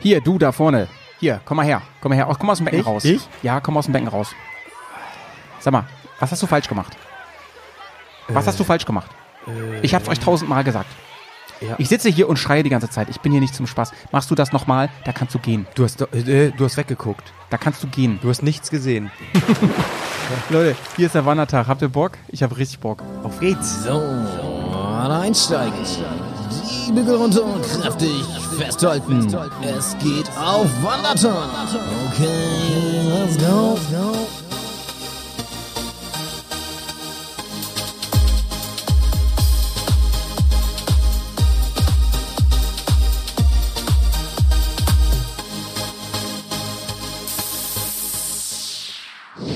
Hier, du da vorne. Hier, komm mal her. Komm mal her. Oh, komm aus dem Becken Ich? raus. Ich? Ja, komm aus dem Becken raus. Sag mal, was hast du falsch gemacht? Was hast du falsch gemacht? ich hab's euch tausendmal gesagt. Ja. Ich sitze hier und schreie die ganze Zeit. Ich bin hier nicht zum Spaß. Machst du das nochmal, da kannst du gehen. Du hast, doch- äh, du hast weggeguckt. Da kannst du gehen. Du hast nichts gesehen. Leute, hier ist der Wandertag. Habt ihr Bock? Ich habe richtig Bock. Auf geht's. So, einsteigen. Die runter und kräftig festhalten. Es geht auf Wanderton. Okay, let's go.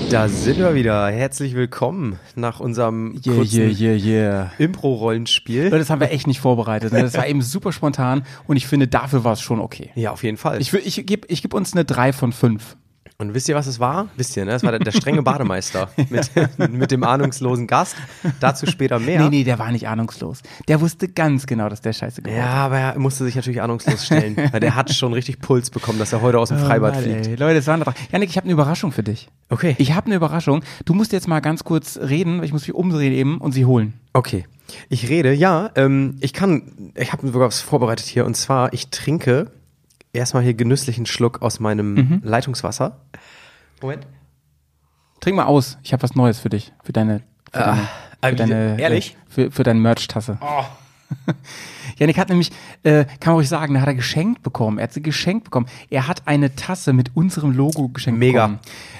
Da sind wir wieder. Herzlich willkommen nach unserem kurzen yeah, yeah. Leute, Impro-Rollenspiel. das haben wir echt nicht vorbereitet. Ne? Das war eben super spontan und ich finde, dafür war es schon okay. Ja, auf jeden Fall. Ich, wür- ich gebe ich geb uns eine 3 von 5. Und wisst ihr, was es war? Wisst ihr, ne? Das war der, der strenge Bademeister mit, mit dem ahnungslosen Gast. Dazu später mehr. Nee, nee, der war nicht ahnungslos. Der wusste ganz genau, dass der scheiße geworden Ja, aber er musste sich natürlich ahnungslos stellen. weil der hat schon richtig Puls bekommen, dass er heute aus dem Freibad Oh, Mann, fliegt. Ey. Leute, es war ein Tag. Janik, ich habe eine Überraschung für dich. Okay. Ich habe eine Überraschung. Du musst jetzt mal ganz kurz reden, weil ich muss mich umdrehen eben und sie holen. Okay. Ich rede, ja. Ähm, ich kann, ich habe sogar was vorbereitet hier. Und zwar, ich trinke erstmal hier genüsslichen Schluck aus meinem Leitungswasser. Moment. Trink mal aus. Ich habe was Neues für dich, für deine, für deine, für äh, deine ehrlich? äh, für, für deine Merch-Tasse. Janik hat nämlich, äh, kann man ruhig sagen, da hat er geschenkt bekommen. Er hat sie geschenkt bekommen. Er hat eine Tasse mit unserem Logo geschenkt Mega. bekommen.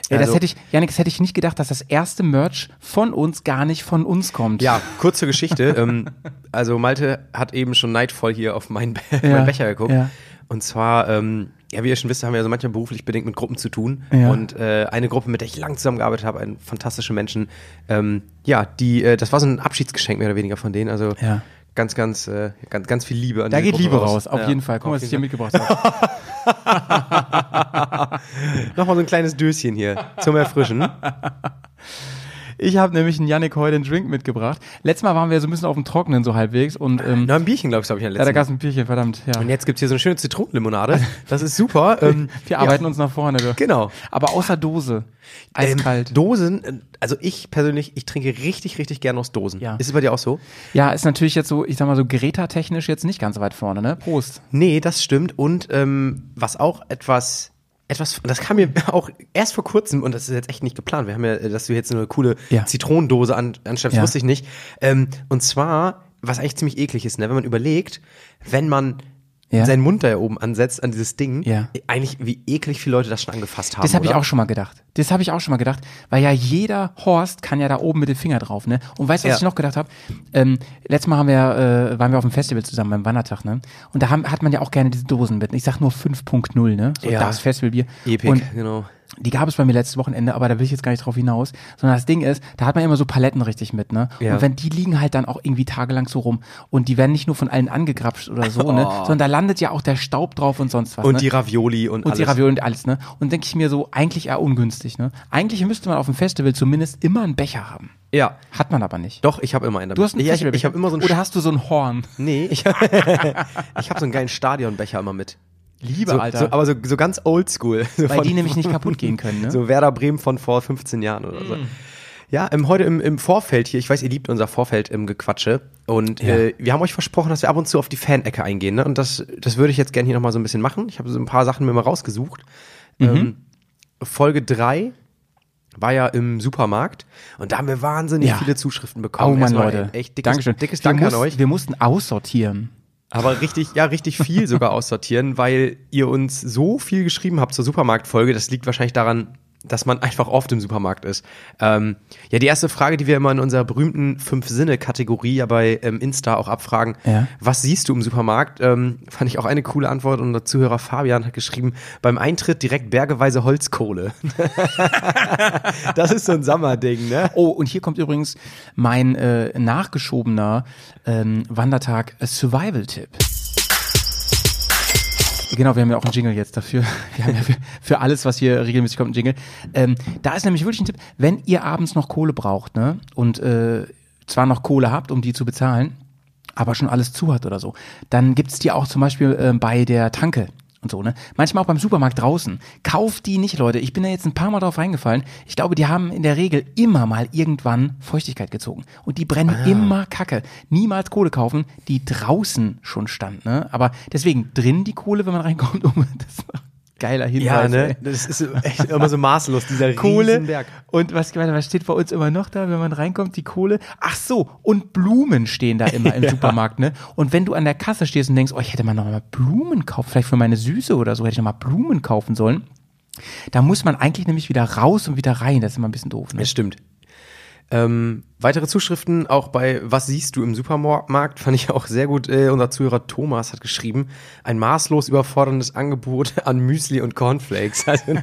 Äh, das Also- hätte ich, Janik, das hätte ich nicht gedacht, dass das erste Merch von uns gar nicht von uns kommt. Ja, kurze Geschichte. ähm, also Malte hat eben schon neidvoll hier auf meinen, Be Ja, meinen Becher geguckt. ja. Und zwar, ähm, ja, wie ihr schon wisst, haben wir also manchmal beruflich bedingt mit Gruppen zu tun. Ja. Und äh, eine Gruppe, mit der ich lang zusammengearbeitet habe, ein fantastische Menschen. Ähm, ja, die, äh, das war so ein Abschiedsgeschenk mehr oder weniger von denen. Also Ja. ganz, ganz, äh, ganz, ganz viel Liebe an Da geht diese Gruppe Liebe raus, auf Ja, jeden Fall. Guck mal, auf was ich hier jeden mitgebracht habe. Fall. Nochmal so ein kleines Döschen hier zum Erfrischen. Ich habe nämlich einen Yannick heute einen Drink mitgebracht. Letztes Mal waren wir so ein bisschen auf dem Trockenen, so halbwegs. Und ähm, Noch ein Bierchen, glaube ich, habe ich ja ja, da letztens. gab es ein Bierchen, verdammt. Ja. und jetzt gibt's hier so eine schöne Zitronenlimonade. Das ist super. Ähm, Wir arbeiten uns nach vorne. du. Genau. Aber außer Dose. Eiskalt. Ähm, Dosen, äh, also ich persönlich, ich trinke richtig, richtig gern aus Dosen. Ja. Ist es bei dir auch so? ja, ist natürlich jetzt so, ich sag mal so, Greta-technisch jetzt nicht ganz weit vorne, ne? Prost. Nee, das stimmt. Und ähm, was auch etwas, etwas, das kam mir auch erst vor kurzem, und das ist jetzt echt nicht geplant, wir haben ja, äh, dass du jetzt eine coole Ja. Zitronendose an, anschleppst, Ja. wusste ich nicht. Ähm, und zwar, was eigentlich ziemlich eklig ist, ne? wenn man überlegt, wenn man Ja. seinen Mund da oben ansetzt, an dieses Ding, Ja. eigentlich wie eklig viele Leute das schon angefasst haben. Das habe ich oder? auch schon mal gedacht. Das habe ich auch schon mal gedacht, weil ja jeder Horst kann ja da oben mit dem Finger drauf, ne? Und weißt du, was Ja. ich noch gedacht habe? Ähm, letztes Mal haben wir, äh, waren wir auf dem Festival zusammen beim Wandertag, ne? Und da haben, hat man ja auch gerne diese Dosen mit. Ich sag nur 5.0, ne? So Ja. das Festivalbier. Epic, Und genau. Die gab es bei mir letztes Wochenende, aber da will ich jetzt gar nicht drauf hinaus. Sondern das Ding ist, da hat man immer so Paletten richtig mit, ne? Ja. Und wenn die liegen halt dann auch irgendwie tagelang so rum und die werden nicht nur von allen angegrapscht oder so, ne? Sondern da landet ja auch der Staub drauf und sonst was. Oh. Und ne? die Ravioli und, und alles. die Ravioli und alles, ne? Und denke ich mir so, eigentlich eher ungünstig, ne? Eigentlich müsste man auf dem Festival zumindest immer einen Becher haben. Ja. Hat man aber nicht. Doch, ich habe immer einen. Du hast einen ja, ich, ich Festivalbecher. habe immer so einen Oder hast du so ein Horn? Nee, ich, ich habe so einen geilen Stadionbecher immer mit. Liebe, So, Alter. So, aber so, so ganz oldschool. So weil die nämlich nicht kaputt gehen können, ne? Mm. So Werder Bremen von vor 15 Jahren oder so. Ja, ähm, heute im, im Vorfeld hier, ich weiß, ihr liebt unser Vorfeld im Gequatsche. Und äh, wir haben euch versprochen, dass wir ab und zu auf die Fan-Ecke eingehen. Ne? Und das, das würde ich jetzt gerne hier nochmal so ein bisschen machen. Ich habe so ein paar Sachen mir mal rausgesucht. Mhm. Ähm, Folge 3 war ja im Supermarkt. Und da haben wir wahnsinnig Ja. viele Zuschriften bekommen. Oh Mann, Erstmal Leute. ein Echt dickes, Dankeschön. dickes wir, Danke an mussten- euch. wir mussten aussortieren. Aber richtig, ja, richtig viel sogar aussortieren, weil ihr uns so viel geschrieben habt zur Supermarktfolge. Das liegt wahrscheinlich daran, dass man einfach oft im Supermarkt ist. Ähm, ja, die erste Frage, die wir immer in unserer berühmten Fünf-Sinne-Kategorie ja bei ähm, Insta auch abfragen, Ja. was siehst du im Supermarkt? Ähm, fand ich auch eine coole Antwort und der Zuhörer Fabian hat geschrieben, beim Eintritt direkt bergeweise Holzkohle. das ist so ein Sommerding, ne? Oh, und hier kommt übrigens mein äh, nachgeschobener ähm, Wandertag äh, Survival-Tipp. Genau, wir haben ja auch einen Jingle jetzt dafür. Wir haben ja für, für alles, was hier regelmäßig kommt, einen Jingle. Ähm, da ist nämlich wirklich ein Tipp, wenn ihr abends noch Kohle braucht, ne? Und äh, zwar noch Kohle habt, um die zu bezahlen, aber schon alles zu hat oder so, dann gibt's die auch zum Beispiel äh, bei der Tanke. Und und so, ne? Manchmal auch beim Supermarkt draußen. Kauft die nicht, Leute. Ich bin da jetzt ein paar Mal drauf reingefallen. Ich glaube, die haben in der Regel immer mal irgendwann Feuchtigkeit gezogen. Und die brennen Ah. immer Kacke. Niemals Kohle kaufen, die draußen schon stand, ne? Aber deswegen drin die Kohle, wenn man reinkommt, um das geiler Ja, Hinweis. ey. ne? Das ist echt immer so maßlos, dieser Kohle Riesenberg. und was, warte, was steht bei uns immer noch da, wenn man reinkommt, die Kohle. Ach so, und Blumen stehen da immer im Supermarkt, ne? Und wenn du an der Kasse stehst und denkst, oh, ich hätte mal noch mal Blumen kaufen, vielleicht für meine Süße oder so, hätte ich noch mal Blumen kaufen sollen. Da muss man eigentlich nämlich wieder raus und wieder rein. Das ist immer ein bisschen doof. Ne? Das stimmt. Ähm, weitere Zuschriften auch bei Was siehst du im Supermarkt fand ich auch sehr gut. Äh, unser Zuhörer Thomas hat geschrieben, ein maßlos überforderndes Angebot an Müsli und Cornflakes. Also,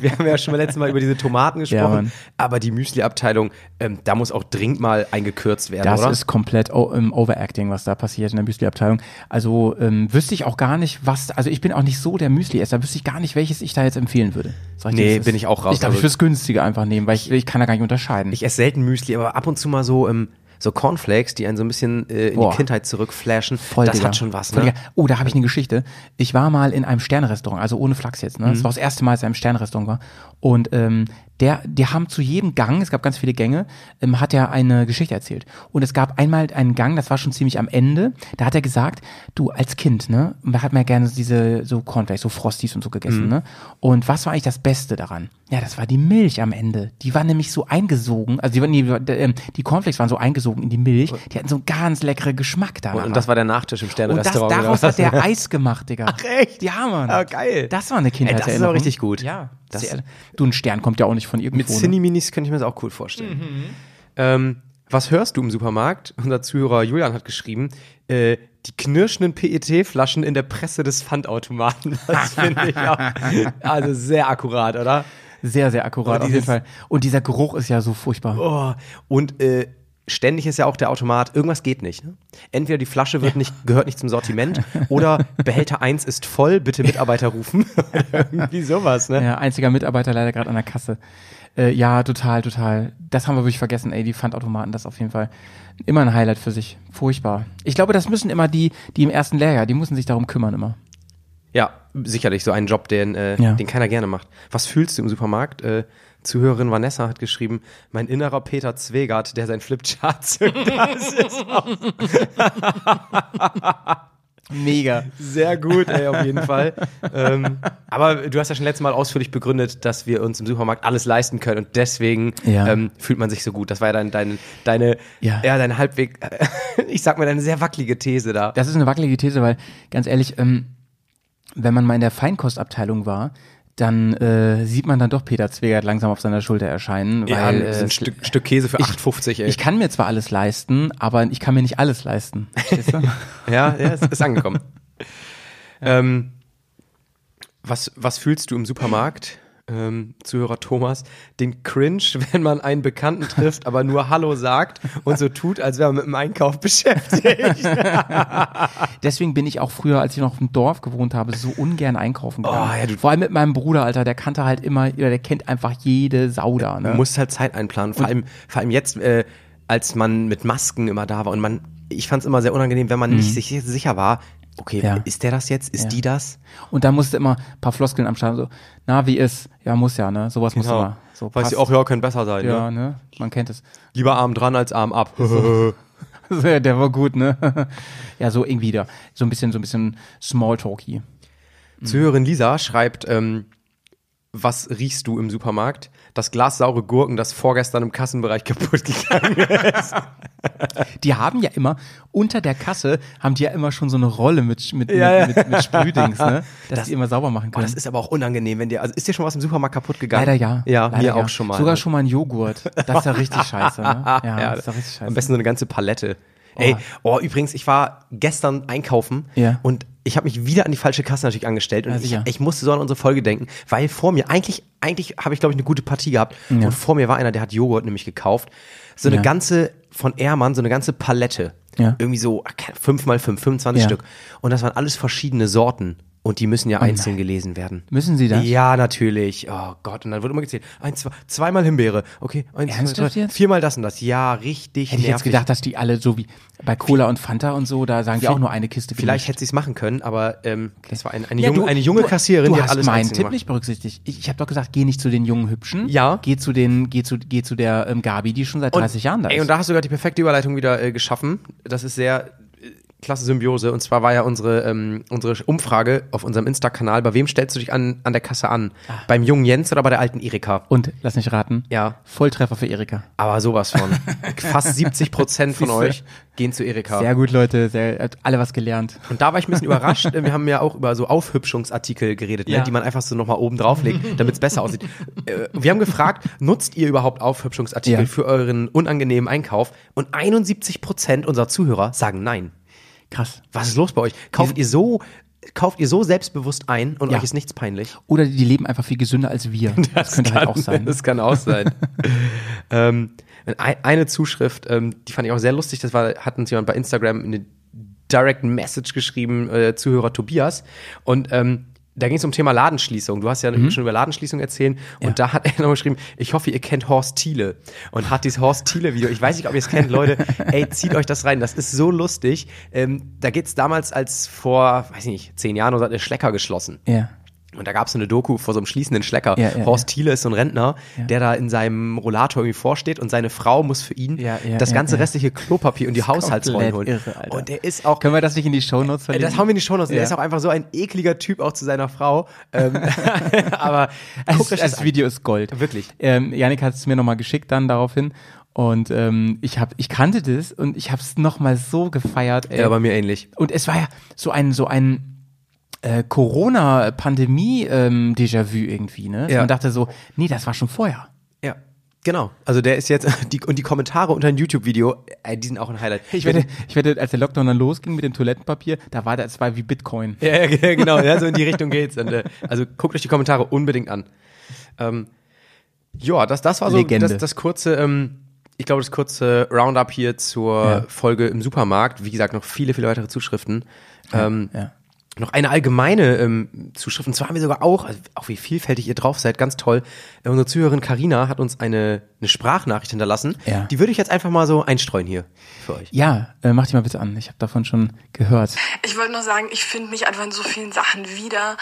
wir haben ja schon mal letztes Mal über diese Tomaten gesprochen, Mann. aber die Müsli-Abteilung, ähm, da muss auch dringend mal eingekürzt werden, Das oder? ist komplett o- ähm, Overacting, was da passiert in der Müsli-Abteilung. Also ähm, wüsste ich auch gar nicht, was, also ich bin auch nicht so der Müsli-Esser, wüsste ich gar nicht, welches ich da jetzt empfehlen würde. Sag dir, Nee, das ist- bin ich auch raus. Ich glaube, ich Also- würde es günstiger einfach nehmen, weil ich, ich kann da gar nicht unterscheiden. ich esse selten Müsli, aber ab und zu mal so, ähm, so Cornflakes, die einen so ein bisschen äh, in Boah. die Kindheit zurückflashen. Voll, das Digga. hat schon was, Voll, ne? Digga. Oh, da habe ich eine Geschichte. Ich war mal in einem Sternrestaurant, also ohne Flachs jetzt. Mhm. Ne? Das war das erste Mal, dass ich in einem Sternrestaurant war. Und ähm, der, die haben zu jedem Gang, es gab ganz viele Gänge, ähm, hat er eine Geschichte erzählt. Und es gab einmal einen Gang, das war schon ziemlich am Ende. Da hat er gesagt, du als Kind, ne, man hat mir gerne so diese so Cornflakes, so Frosties und so gegessen, Mhm. ne? Und was war eigentlich das Beste daran? Ja, das war die Milch am Ende. Die war nämlich so eingesogen, also die, waren, die, ähm, die Cornflakes waren so eingesogen in die Milch. Die hatten so einen ganz leckeren Geschmack da. Oh. Und das war der Nachtisch im Und das, Sternenrestaurant. oder daraus was? hat der Eis gemacht, Digga. Ach echt? Ja, Mann. Ah, geil. Das war eine Kindheit. Ey, das ist aber richtig gut. Ja. Das- sehr, du, ein Stern kommt ja auch nicht von Mit irgendwo. ne? Cineminis könnte ich mir das auch cool vorstellen. Ähm, was hörst du im Supermarkt? Unser Zuhörer Julian hat geschrieben, äh, die knirschenden PET-Flaschen in der Presse des Pfandautomaten. Das finde ich auch. Also sehr akkurat, oder? Sehr, sehr akkurat, Und auf jeden dieses- Fall. Und dieser Geruch ist ja so furchtbar. Oh. Und äh, ständig ist ja auch der Automat, irgendwas geht nicht. Ne? Entweder die Flasche wird nicht, gehört nicht zum Sortiment oder Behälter 1 ist voll, bitte Mitarbeiter rufen. Irgendwie sowas, ne? Ja, einziger Mitarbeiter leider gerade an der Kasse. Äh, ja, total, total. Das haben wir wirklich vergessen, ey, die Pfandautomaten, das auf jeden Fall. Immer ein Highlight für sich. Furchtbar. Ich glaube, das müssen immer die, die im ersten Lehrjahr, die müssen sich darum kümmern immer. Ja, sicherlich so einen Job, den, äh, Ja. den keiner gerne macht. Was fühlst du im Supermarkt? Äh, Zuhörerin Vanessa hat geschrieben, mein innerer Peter Zwegert, der sein Flipchart zückt. Das ist Mega. sehr gut, ey, auf jeden Fall. Ähm, aber du hast ja schon letztes Mal ausführlich begründet, dass wir uns im Supermarkt alles leisten können und deswegen Ja. ähm, fühlt man sich so gut. Das war ja dein, dein, deine, ja. Ja. deine halbweg, ich sag mal, deine sehr wackelige These da. Das ist eine wackelige These, weil ganz ehrlich, ähm, wenn man mal in der Feinkostabteilung war, dann äh, sieht man dann doch Peter Zwegert langsam auf seiner Schulter erscheinen, Ja, weil so äh, ein Stück, Stück Käse für 8,50, ey. ich kann mir zwar alles leisten, aber ich kann mir nicht alles leisten. Verstehst du? Ja, ja es ist angekommen. ähm, was, was fühlst du im Supermarkt, ähm, Zuhörer Thomas? Den Cringe, wenn man einen Bekannten trifft, aber nur Hallo sagt und so tut, als wäre man mit dem Einkauf beschäftigt. Deswegen bin ich auch früher, als ich noch im Dorf gewohnt habe, so ungern einkaufen gegangen. Oh, ja, du- Vor allem mit meinem Bruder, Alter, der kannte halt immer, oder der kennt einfach jede Sau da. Ne? Man muss halt Zeit einplanen. Vor allem, vor allem jetzt, äh, als man mit Masken immer da war und man, ich fand es immer sehr unangenehm, wenn man nicht sich sicher war, okay, Mhm. Ja. ist der das jetzt? Ist Ja. die das? Und da musste immer ein paar Floskeln am Start, so, na, wie ist? Ja, muss ja, ne? Sowas muss immer. So, Weißt du, passt. Genau. auch ja, könnte besser sein. ja, Ne? ne? Man kennt es. Lieber Arm dran als Arm ab. So, ja, Der war gut, ne? Ja, so irgendwie da. So ein bisschen, so ein bisschen Smalltalky. Mhm. Zuhörerin Lisa schreibt, ähm, was riechst du im Supermarkt? Das Glas saure Gurken, das vorgestern im Kassenbereich kaputt gegangen Die haben ja immer, unter der Kasse haben die ja immer schon so eine Rolle mit, mit, Ja, mit, mit, mit Sprühdings, ne? Dass Das- die immer sauber machen Boah, können. das ist aber auch unangenehm, wenn dir, also ist dir schon was im Supermarkt kaputt gegangen? Leider ja. Ja, Leider mir auch schon mal. Sogar schon mal ein Joghurt. Das ist ja richtig scheiße, ne? Ja, das ist ja richtig Am scheiße. besten so eine ganze Palette. Ey, oh, übrigens, ich war gestern einkaufen Ja. und ich habe mich wieder an die falsche Kasse natürlich angestellt und Ja, ich, sicher. ich musste so an unsere Folge denken, weil vor mir, eigentlich, eigentlich habe ich, glaube ich, eine gute Partie gehabt und vor mir war einer, der hat Joghurt nämlich gekauft. So eine Ja. ganze, von Ehrmann, so eine ganze Palette. Ja. Irgendwie so 5 mal 5, 25 Ja. Oh Stück. Und das waren alles verschiedene Sorten. Und die müssen ja einzeln gelesen werden. Müssen sie das? Ja, natürlich. Oh Gott, und dann wird immer gezählt. Eins, zwei, zweimal Himbeere. Okay, eins, zwei, Ernsthaft drei, jetzt? viermal das und das. Ja, richtig Hätte ich jetzt nervig. gedacht, dass die alle so wie bei Cola und Fanta und so, da sagen die auch nur eine Kiste. Vielleicht gemischt. hätte sie es machen können, aber ähm, das war eine, eine, Ja, junge, du- eine junge du- Kassiererin, du die hast hat alles meinen einzeln Tipp gemacht. nicht berücksichtigt. Ich, ich habe doch gesagt, geh nicht zu den jungen Hübschen. Ja. Geh zu den, geh zu, geh zu der ähm, Gabi, die schon seit 30 Jahren da ist. Ey, und da hast du gerade die perfekte Überleitung wieder äh, geschaffen. Das ist sehr äh, klasse Symbiose. Und zwar war ja unsere, ähm, unsere Umfrage auf unserem Insta-Kanal, bei wem stellst du dich an, an der Kasse an? Ah. Beim jungen Jens oder bei der alten Erika? Und, lass mich raten. Ja. Volltreffer für Erika. Aber sowas von. Fast 70 Prozent von Siehste. euch gehen zu Erika. Sehr gut, Leute. Sehr, habt alle was gelernt. Und da war ich ein bisschen überrascht. Wir haben ja auch über so Aufhübschungsartikel geredet, Ja. ne, die man einfach so nochmal oben drauflegt, damit es besser aussieht. Äh, Wir haben gefragt, nutzt ihr überhaupt Aufhübschungsartikel Ja. für euren unangenehmen Einkauf? Und 71 Prozent unserer Zuhörer sagen nein. Krass. Was ist los bei euch? Kauft ihr so, kauft ihr so selbstbewusst ein und Ja. euch ist nichts peinlich? Oder die leben einfach viel gesünder als wir. Das, könnte halt auch sein. Das kann auch sein. ähm, ein- eine Zuschrift, ähm, die fand ich auch sehr lustig, das war, hat uns jemand bei Instagram eine Direct Message geschrieben, äh, Zuhörer Tobias. Und ähm, da ging es um Thema Ladenschließung. Du hast ja Mhm. schon über Ladenschließung erzählt. Und da hat er noch geschrieben, ich hoffe, ihr kennt Horst Thiele. Und hat dieses Horst Thiele-Video. Ich weiß nicht, ob ihr es kennt, Leute. Ey, zieht euch das rein. Das ist so lustig. Ähm, da geht's damals, als vor, weiß ich nicht, zehn Jahren oder so, hat der Schlecker geschlossen. Ja. Und da gab es so eine Doku vor so einem schließenden Schlecker. Ja, ja, Horst Thiele ist so ein Rentner, der da in seinem Rollator irgendwie vorsteht und seine Frau muss für ihn Ja, ja, das ja, ganze ja. restliche Klopapier und die Haushaltsrollen holen. komplett irre, Alter. und der ist auch Können wir das nicht in die Shownotes äh, verlinken? Das haben wir in die Shownotes. Der Ja. ist auch einfach so ein ekliger Typ auch zu seiner Frau. Ähm, aber Das, guckt euch das, das an. Video ist Gold. Wirklich. Ähm, Janik hat es mir nochmal geschickt dann daraufhin. Und ähm, ich, hab, ich kannte das und ich habe es nochmal so gefeiert. Ey. Ja, bei mir ähnlich. und es war ja so ein, so ein äh, Corona-Pandemie-Déjà-vu irgendwie, ne? Ja. Man dachte so, nee, das war schon vorher. Ja. Genau. Also der ist jetzt die, und die Kommentare unter ein YouTube-Video, äh, die sind auch ein Highlight. Ich wette, ich wette, als der Lockdown dann losging mit dem Toilettenpapier, da war das war wie Bitcoin. Ja, ja, ge- genau, ja, so in die Richtung geht's. Und, äh, also guckt euch die Kommentare unbedingt an. Ähm, ja, das, das war so Legende. das, das kurze, ähm, ich glaube, das kurze Roundup hier zur Ja. Folge im Supermarkt. Wie gesagt, noch viele, viele weitere Zuschriften. Ähm, Ja. Noch eine allgemeine ähm, Zuschrift, und zwar haben wir sogar auch, also auch wie vielfältig ihr drauf seid, ganz toll. Äh, unsere Zuhörerin Karina hat uns eine, eine Sprachnachricht hinterlassen. Ja. Die würde ich jetzt einfach mal so einstreuen hier für euch. Ja, äh, mach die mal bitte an. Ich habe davon schon gehört. Ich wollte nur sagen, ich finde mich einfach in so vielen Sachen wieder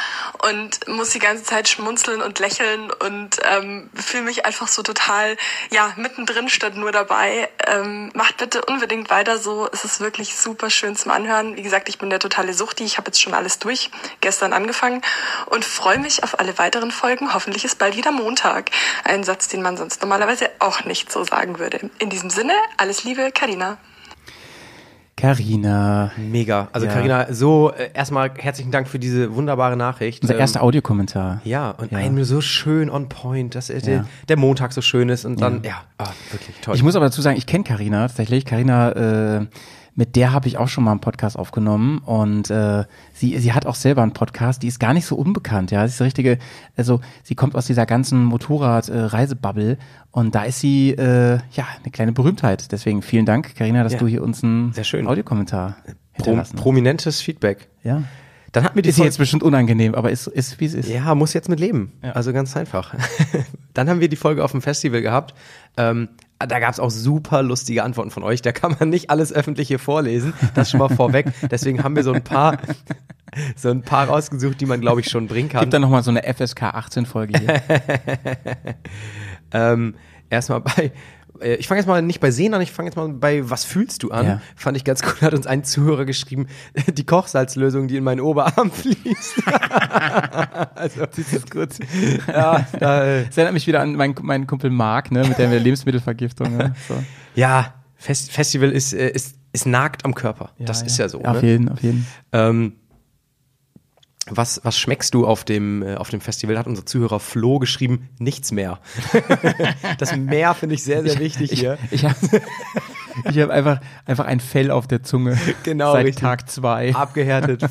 und muss die ganze Zeit schmunzeln und lächeln und ähm, fühle mich einfach so total, ja, mittendrin statt nur dabei. Ähm, macht bitte unbedingt weiter so. Es ist wirklich super schön zum Anhören. Wie gesagt, ich bin der totale Suchti. Ich habe jetzt schon alles durch, gestern angefangen und freue mich auf alle weiteren Folgen. Hoffentlich ist bald wieder Montag. Ein Satz, den man sonst normalerweise auch nicht so sagen würde. In diesem Sinne, alles Liebe, Karina. Carina, Mega. Also Ja. Karina, so äh, erstmal herzlichen Dank für diese wunderbare Nachricht. unser Ähm, erster Audiokommentar. Ja, und Ja. einem so schön on point, dass er der, der Montag so schön ist und dann, ja, ah, wirklich toll. Ich muss aber dazu sagen, ich kenne Karina tatsächlich. Karina, äh, mit der habe ich auch schon mal einen Podcast aufgenommen und äh, sie sie hat auch selber einen Podcast. Die ist gar nicht so unbekannt, ja. Sie ist die richtige, also sie kommt aus dieser ganzen Motorrad-Reisebubble und da ist sie äh, ja eine kleine Berühmtheit. Deswegen vielen Dank, Karina, dass Ja. du hier uns einen Sehr schön. Audiokommentar Pro, hinterlassen. hast. prominentes Feedback. ja. Dann hat mir die Ist ihr Fol- jetzt bestimmt unangenehm, aber ist ist wie es ist. Ja, muss jetzt mit leben. Also ganz einfach. Dann haben wir die Folge auf dem Festival gehabt. Ähm, da gab's auch super lustige Antworten von euch. Da kann man nicht alles Öffentliche vorlesen. Das schon mal vorweg. Deswegen haben wir so ein paar, so ein paar rausgesucht, die man, glaube ich, schon bringen kann. Gibt dann nochmal so eine FSK 18 Folge hier. Ähm, erstmal bei. äh, Ich fange jetzt mal nicht bei Sehen an, ich fange jetzt mal bei Was fühlst du an? Ja. Fand ich ganz cool, hat uns ein Zuhörer geschrieben, die Kochsalzlösung, die in meinen Oberarm fließt. also, das ist kurz. Ja, da, äh, Das erinnert mich wieder an meinen, meinen Kumpel Marc, ne, mit der wir Lebensmittelvergiftung. Ne? So. ja Fest Festival ist, äh, ist, ist nagt am Körper. das ist ja so. Auf Ne? jeden, auf jeden. Ähm, was, was schmeckst du auf dem, äh, auf dem Festival? Hat unser Zuhörer Flo geschrieben, nichts mehr. das Meer finde ich sehr, sehr wichtig Ich, hier. ich hab, Ich habe einfach, einfach ein Fell auf der Zunge. Genau, Seit richtig. Tag zwei. Abgehärtet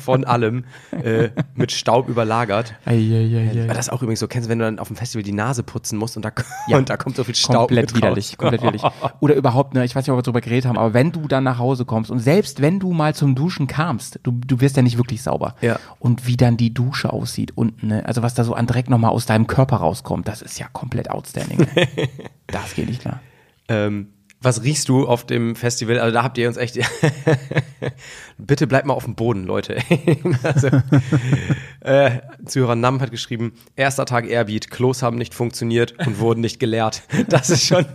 von allem, äh, mit Staub überlagert. Eieieiei. Das ist auch übrigens so, kennst du, wenn du dann auf dem Festival die Nase putzen musst und da, Ja. und da kommt so viel Staub mit Komplett raus. widerlich, komplett widerlich. Oder überhaupt, ne, ich weiß nicht, ob wir darüber geredet haben, aber wenn du dann nach Hause kommst und selbst wenn du mal zum Duschen kamst, du, du wirst ja nicht wirklich sauber. Ja. Und wie dann die Dusche aussieht unten, ne, also was da so an Dreck nochmal aus deinem Körper rauskommt, das ist ja komplett outstanding. ey. das geht nicht klar. Ähm, was riechst du auf dem Festival? Also da habt ihr uns echt. Bitte bleibt mal auf dem Boden, Leute. also, äh, Zuhörer Nam hat geschrieben: Erster Tag Airbeat, Klos haben nicht funktioniert und wurden nicht geleert. Das ist schon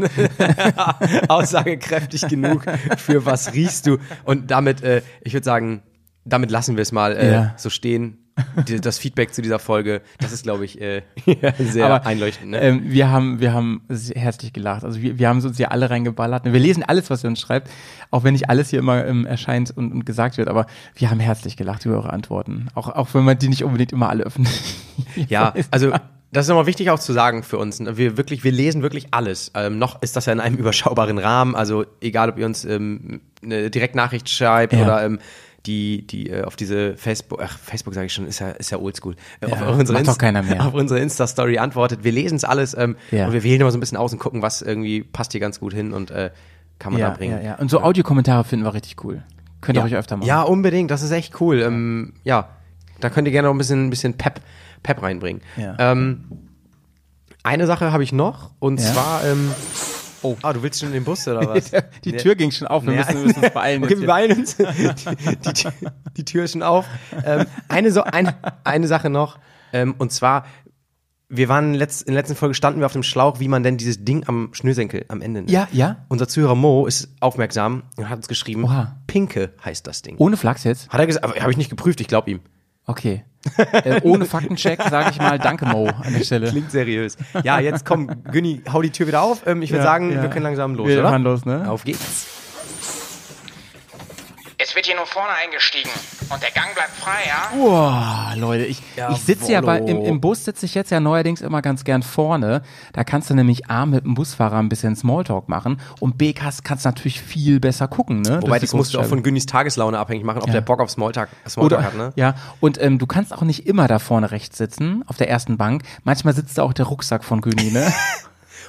aussagekräftig genug für was riechst du. Und damit, äh, ich würde sagen, damit lassen wir es mal äh, Ja. so stehen. Die, das Feedback zu dieser Folge, das ist, glaube ich, äh, sehr einleuchtend. Ne? Ähm, wir haben, wir haben sehr herzlich gelacht. Also wir, wir haben uns hier alle reingeballert. Wir lesen alles, was ihr uns schreibt, auch wenn nicht alles hier immer ähm, erscheint und, und gesagt wird. Aber wir haben herzlich gelacht über eure Antworten, auch auch wenn man die nicht unbedingt immer alle öffnet. Ja, also das ist nochmal wichtig auch zu sagen für uns. ne? Wir wirklich, wir lesen wirklich alles. Ähm, noch ist das ja in einem überschaubaren Rahmen. Also egal, ob ihr uns ähm, eine Direktnachricht schreibt Ja. oder ähm, die, die äh, auf diese Facebook, ach, Facebook sage ich schon, ist ja, ist ja oldschool. Äh, Ja, auf unsere macht Inst- doch keiner mehr. Auf unsere Insta-Story antwortet. Wir lesen es alles ähm, Ja. und wir wählen immer so ein bisschen aus und gucken, was irgendwie passt hier ganz gut hin und äh, kann man da ja, bringen. ja, ja. Und so Audiokommentare finden wir richtig cool. Könnt ihr euch öfter machen. Ja, unbedingt. Das ist echt cool. Ähm, ja, da könnt ihr gerne noch ein bisschen, ein bisschen Pep, Pep reinbringen. Ja. Ähm, eine Sache habe ich noch und Ja. zwar. Ähm, oh, ah, du willst schon in den Bus oder was? Die Tür ging schon auf, wir Ja. müssen, wir müssen uns beeilen. Okay, jetzt hier. wir beeilen uns. Die, die, Tür- die Tür ist schon auf. Ähm, eine, so, eine, eine Sache noch. Ähm, und zwar, wir waren letzt, in der letzten Folge standen wir auf dem Schlauch, wie man denn dieses Ding am Schnürsenkel am Ende nennt. Ja, ja. Unser Zuhörer Mo ist aufmerksam und hat uns geschrieben, Oha. Pinke heißt das Ding. Ohne Flachs jetzt? Hat er gesagt, aber habe ich nicht geprüft, ich glaube ihm. Okay. äh, ohne Faktencheck sage ich mal Danke Mo an der Stelle. Klingt seriös. Ja, jetzt komm, Günni, hau die Tür wieder auf. Ähm, ich würde Ja, sagen, ja. wir können langsam los, Wir oder? fahren los, ne? Auf geht's. Es wird hier nur vorne eingestiegen und der Gang bleibt frei, ja? Boah, Leute, ich, ich sitze ja bei, im, im Bus sitze ich jetzt ja neuerdings immer ganz gern vorne. Da kannst du nämlich A mit dem Busfahrer ein bisschen Smalltalk machen und B kannst, kannst natürlich viel besser gucken, ne? Durch Wobei, die das musst du auch Großscheibe. von Günnis Tageslaune abhängig machen, ob der Bock auf Smalltalk, Smalltalk oder, hat, ne? ja, und ähm, du kannst auch nicht immer da vorne rechts sitzen, auf der ersten Bank. Manchmal sitzt da auch der Rucksack von Güni, ne?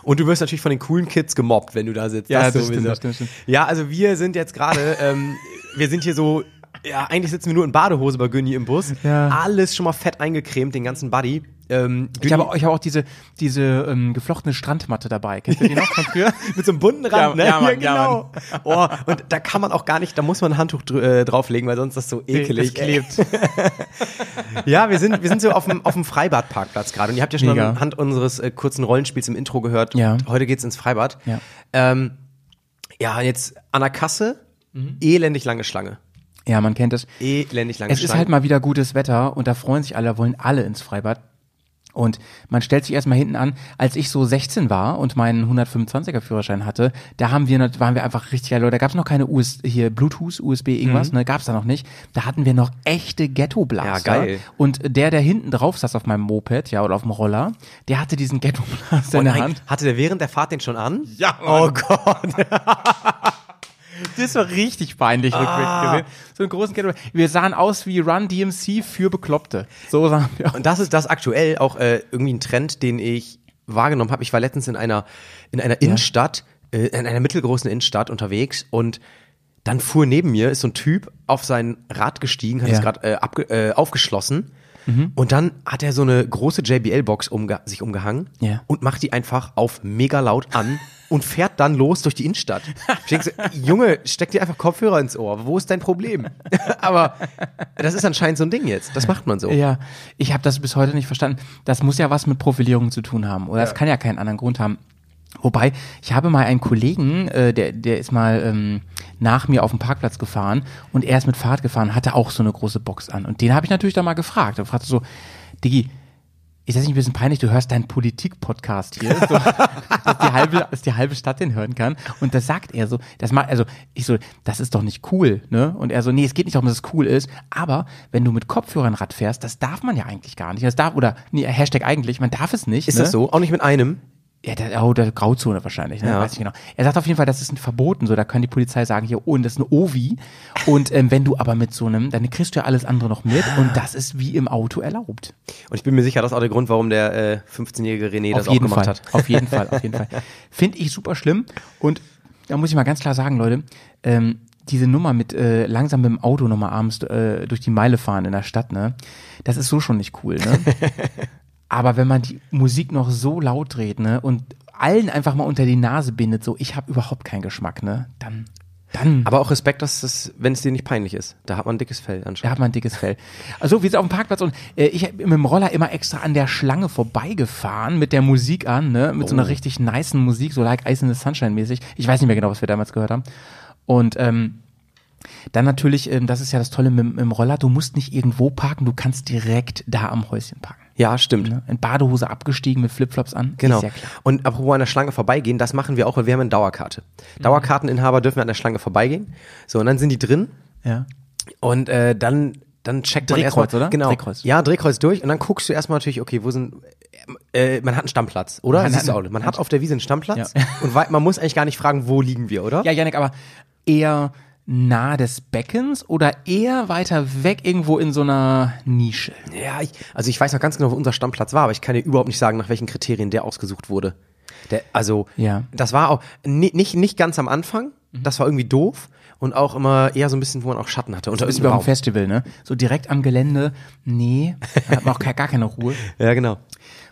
Und du wirst natürlich von den coolen Kids gemobbt, wenn du da sitzt. Ja, das sowieso. stimmt, das stimmt, stimmt. Ja, also wir sind jetzt gerade, ähm, wir sind hier so, ja, eigentlich sitzen wir nur in Badehose bei Günni im Bus. Ja. Alles schon mal fett eingecremt, den ganzen Buddy. Ähm, Ich Günni- habe, auch- ich habe auch diese, diese ähm, geflochtene Strandmatte dabei. Kennst du die noch von früher? Mit so einem bunten Ja, Rand, ne? ja, Mann, Hier, ja, Oh, und da kann man auch gar nicht, da muss man ein Handtuch drü- äh, drauflegen, weil sonst das so ekelig Das klebt. ja, wir sind, wir sind so auf dem, auf dem Freibadparkplatz gerade. Und ihr habt ja schon Mega. anhand unseres äh, kurzen Rollenspiels im Intro gehört. Ja. Und heute geht's ins Freibad. Ja. Ähm, ja, jetzt an der Kasse, Mhm. elendig lange Schlange. Ja, man kennt das. Elendig lange Es Schlange. ist halt mal wieder gutes Wetter und da freuen sich alle, wollen alle ins Freibad. Und man stellt sich erstmal hinten an, als ich so 16 war und meinen 125er Führerschein hatte, da haben wir, nat- waren wir einfach richtig geil. Leute. Da gab es noch keine US, hier Bluetooth, USB, irgendwas, Mhm. ne, gab es da noch nicht. Da hatten wir noch echte Ghetto-Blaster. Ja, geil. Und der, der hinten drauf saß auf meinem Moped, ja, oder auf dem Roller, der hatte diesen Ghetto-Blaster oh in der nein, Hand. hatte der während der Fahrt den schon an? Ja, oh Gott. das war richtig peinlich. Ah. rückblickend gesehen. So einen großen Ghetto. Wir sahen aus wie Run DMC für Bekloppte. So sahen wir aus. Und das ist das aktuell auch äh, irgendwie ein Trend, den ich wahrgenommen habe. Ich war letztens in einer, in einer Innenstadt, äh, in einer mittelgroßen Innenstadt unterwegs und dann fuhr neben mir, ist so ein Typ auf sein Rad gestiegen, hat Ja. Mhm. es gerade äh, abge- äh, aufgeschlossen. Und dann hat er so eine große JBL-Box umge sich umgehangen Ja. und macht die einfach auf mega laut an und fährt dann los durch die Innenstadt. Ich denke so, Junge, steck dir einfach Kopfhörer ins Ohr. Wo ist dein Problem? Aber das ist anscheinend so ein Ding jetzt. Das macht man so. Ja, ich habe das bis heute nicht verstanden. Das muss ja was mit Profilierung zu tun haben. Oder es kann ja keinen anderen Grund haben. Wobei, ich habe mal einen Kollegen, äh, der, der ist mal ähm, nach mir auf den Parkplatz gefahren und er ist mit Fahrrad gefahren, hatte auch so eine große Box an. Und den habe ich natürlich dann mal gefragt. Da fragte so, Diggi, ist das nicht ein bisschen peinlich? Du hörst deinen Politik-Podcast hier, so, dass, die halbe, dass die halbe Stadt den hören kann. Und das sagt er so, das macht, also ich so, das ist doch nicht cool, ne? Und er so, nee, es geht nicht darum, dass es cool ist, aber wenn du mit Kopfhörern Rad fährst, das darf man ja eigentlich gar nicht. Das darf, oder, nee, Hashtag eigentlich, man darf es nicht. Ist ne? das so? Auch nicht mit einem? Ja, der, oh, der Grauzone wahrscheinlich, ne? Ja. weiß ich genau. Er sagt auf jeden Fall, das ist ein Verboten, so, da kann die Polizei sagen, hier, oh, und das ist ein Ovi. Und ähm, wenn du aber mit so einem, dann kriegst du ja alles andere noch mit und das ist wie im Auto erlaubt. Und ich bin mir sicher, das ist auch der Grund, warum der äh, 15-jährige René das auch gemacht Fall. hat. Auf jeden Fall, auf jeden Fall. Finde ich super schlimm. Und da muss ich mal ganz klar sagen, Leute, ähm, diese Nummer mit äh, langsam mit dem Auto nochmal abends äh, durch die Meile fahren in der Stadt, ne? Das ist so schon nicht cool, ne? Aber wenn man die Musik noch so laut dreht, ne, und allen einfach mal unter die Nase bindet, so ich habe überhaupt keinen Geschmack, ne, dann, dann Aber auch Respekt, dass das, wenn es dir nicht peinlich ist. Da hat man ein dickes Fell da anscheinend. hat man ein dickes Fell. Also wir sind auf dem Parkplatz und äh, ich hab mit dem Roller immer extra an der Schlange vorbeigefahren mit der Musik an, ne? Mit so einer richtig nicen Musik, so like Ice in the Sunshine mäßig. Ich weiß nicht mehr genau, was wir damals gehört haben. Und ähm, dann natürlich, ähm, das ist ja das Tolle mit, mit dem Roller, du musst nicht irgendwo parken, du kannst direkt da am Häuschen parken. Ja, stimmt. Ne? In Badehose abgestiegen mit Flipflops an. Genau. Ist ja klar. Und apropos an der Schlange vorbeigehen, das machen wir auch, weil wir haben eine Dauerkarte. Mhm. Dauerkarteninhaber dürfen an der Schlange vorbeigehen. So, und dann sind die drin Ja. und äh, dann, dann checkt man Drehkreuz, erstmal, oder? Genau. Drehkreuz. Ja, Drehkreuz durch und dann guckst du erstmal natürlich, okay, wo sind, äh, man hat einen Stammplatz, oder? Man Siehst hat du einen- auch, man hat auf der Wiese einen Stammplatz Ja. und wei- man muss eigentlich gar nicht fragen, wo liegen wir, oder? Ja, Janik, aber eher nah des Beckens oder eher weiter weg irgendwo in so einer Nische? Ja, ich, also ich weiß noch ganz genau, wo unser Stammplatz war, aber ich kann dir überhaupt nicht sagen, nach welchen Kriterien der ausgesucht wurde. Der, also, Ja. Mhm. das war auch ni- nicht, nicht ganz am Anfang, das war irgendwie doof und auch immer eher so ein bisschen, wo man auch Schatten hatte. Und da Das ist ist wie auf Baum. einem Festival, ne? So direkt am Gelände, nee, da hat man auch ke- gar keine Ruhe. Ja, genau.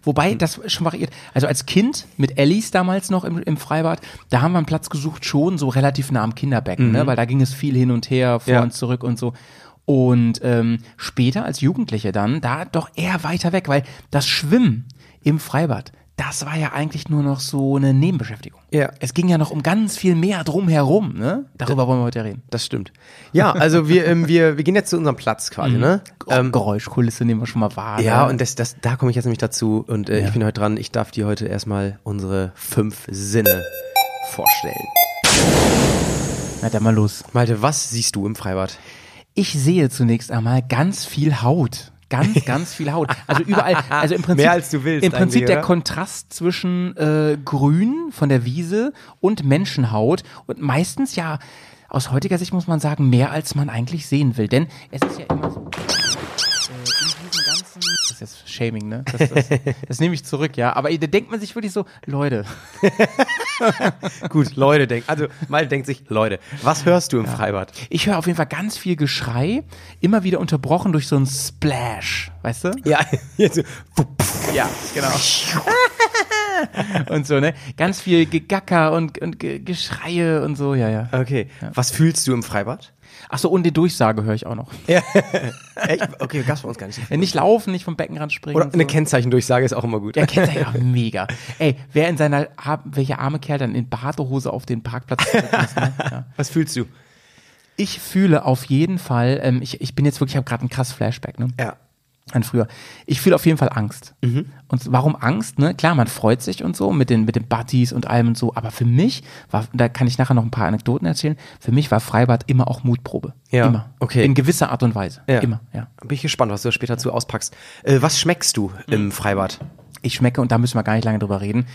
Wobei, das schon variiert. Also als Kind, mit Ellis damals noch im, im Freibad, da haben wir einen Platz gesucht, schon so relativ nah am Kinderbecken, ne? Weil da ging es viel hin und her, vor Mhm. Ja. und zurück und so. Und ähm, später als Jugendliche dann, da doch eher weiter weg, weil das Schwimmen im Freibad, das war ja eigentlich nur noch so eine Nebenbeschäftigung. Ja. Es ging ja noch um ganz viel mehr drumherum, ne? Darüber wollen wir heute reden. Das stimmt. Ja, also wir, ähm, wir, wir gehen jetzt zu unserem Platz quasi, Mhm. ne? Ähm, Geräuschkulisse nehmen wir schon mal wahr. ja, ne? und das, das, da komme ich jetzt nämlich dazu und äh, ich bin heute dran. Ich darf dir heute erstmal unsere fünf Sinne vorstellen. Na, dann mal los. Malte, was siehst du im Freibad? Ich sehe zunächst einmal ganz viel Haut. Ganz, ganz viel Haut. Also überall, also im Prinzip, Mehr als du willst im Prinzip eigentlich, der oder? Kontrast zwischen äh, Grün von der Wiese und Menschenhaut und meistens ja aus heutiger Sicht muss man sagen, mehr als man eigentlich sehen will. Denn es ist ja immer so. äh, in diesem ganzen- Das ist jetzt Shaming, ne? Das, das, das nehme ich zurück, ja. Aber da denkt man sich wirklich so, Leute, Gut, Leute denken, also Malte denkt sich, Leute, was hörst du im Freibad? ich höre auf jeden Fall ganz viel Geschrei, immer wieder unterbrochen durch so ein Splash, weißt du? Ja, jetzt so, Ja, genau. und so, ne? Ganz viel Gegacker und, und Ge Geschreie und so, ja, ja. Okay. Was fühlst du im Freibad? Achso, und die Durchsage höre ich auch noch. Äh. Echt? Okay, gab's bei uns gar nicht. Äh, Nicht laufen, nicht vom Beckenrand springen. Oder und eine so. Kennzeichendurchsage ist auch immer gut. Ja, kennt ja mega. Ey, wer in seiner, Ar- welcher arme Kerl dann in Badehose auf den Parkplatz zurücklässt, ne? ja. Was fühlst du? Ich fühle auf jeden Fall, ähm, ich, ich bin jetzt wirklich, ich habe gerade einen krass Flashback, ne? Ja. an früher. Ich fühle auf jeden Fall Angst. Mhm. Und warum Angst? Ne? Klar, man freut sich und so mit den, mit den Buddies und allem und so. Aber für mich war, da kann ich nachher noch ein paar Anekdoten erzählen. Für mich war Freibad immer auch Mutprobe. Ja, Immer. okay. In gewisser Art und Weise. Ja. Immer, ja. Bin ich gespannt, was du später dazu auspackst. Äh, was schmeckst du im Freibad? Ich schmecke, und da müssen wir gar nicht lange drüber reden,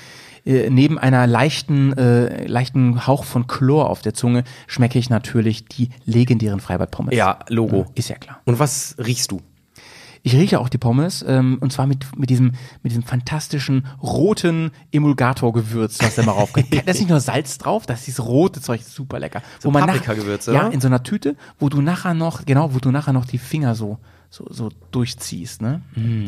äh, neben einer leichten, äh, leichten Hauch von Chlor auf der Zunge schmecke ich natürlich die legendären Freibad-Pommes. Logo. Ist ja klar. Und was riechst du? Ich rieche auch die Pommes ähm, und zwar mit, mit, diesem, mit diesem fantastischen roten Emulgator-Gewürz, was da immer raufkommt. Da ist nicht nur Salz drauf, das ist dieses rote Zeug, super lecker. So Paprikagewürz, Ja, oder? in so einer Tüte, wo du nachher noch, genau, wo du nachher noch die Finger so, so, so durchziehst. Ne? Mm.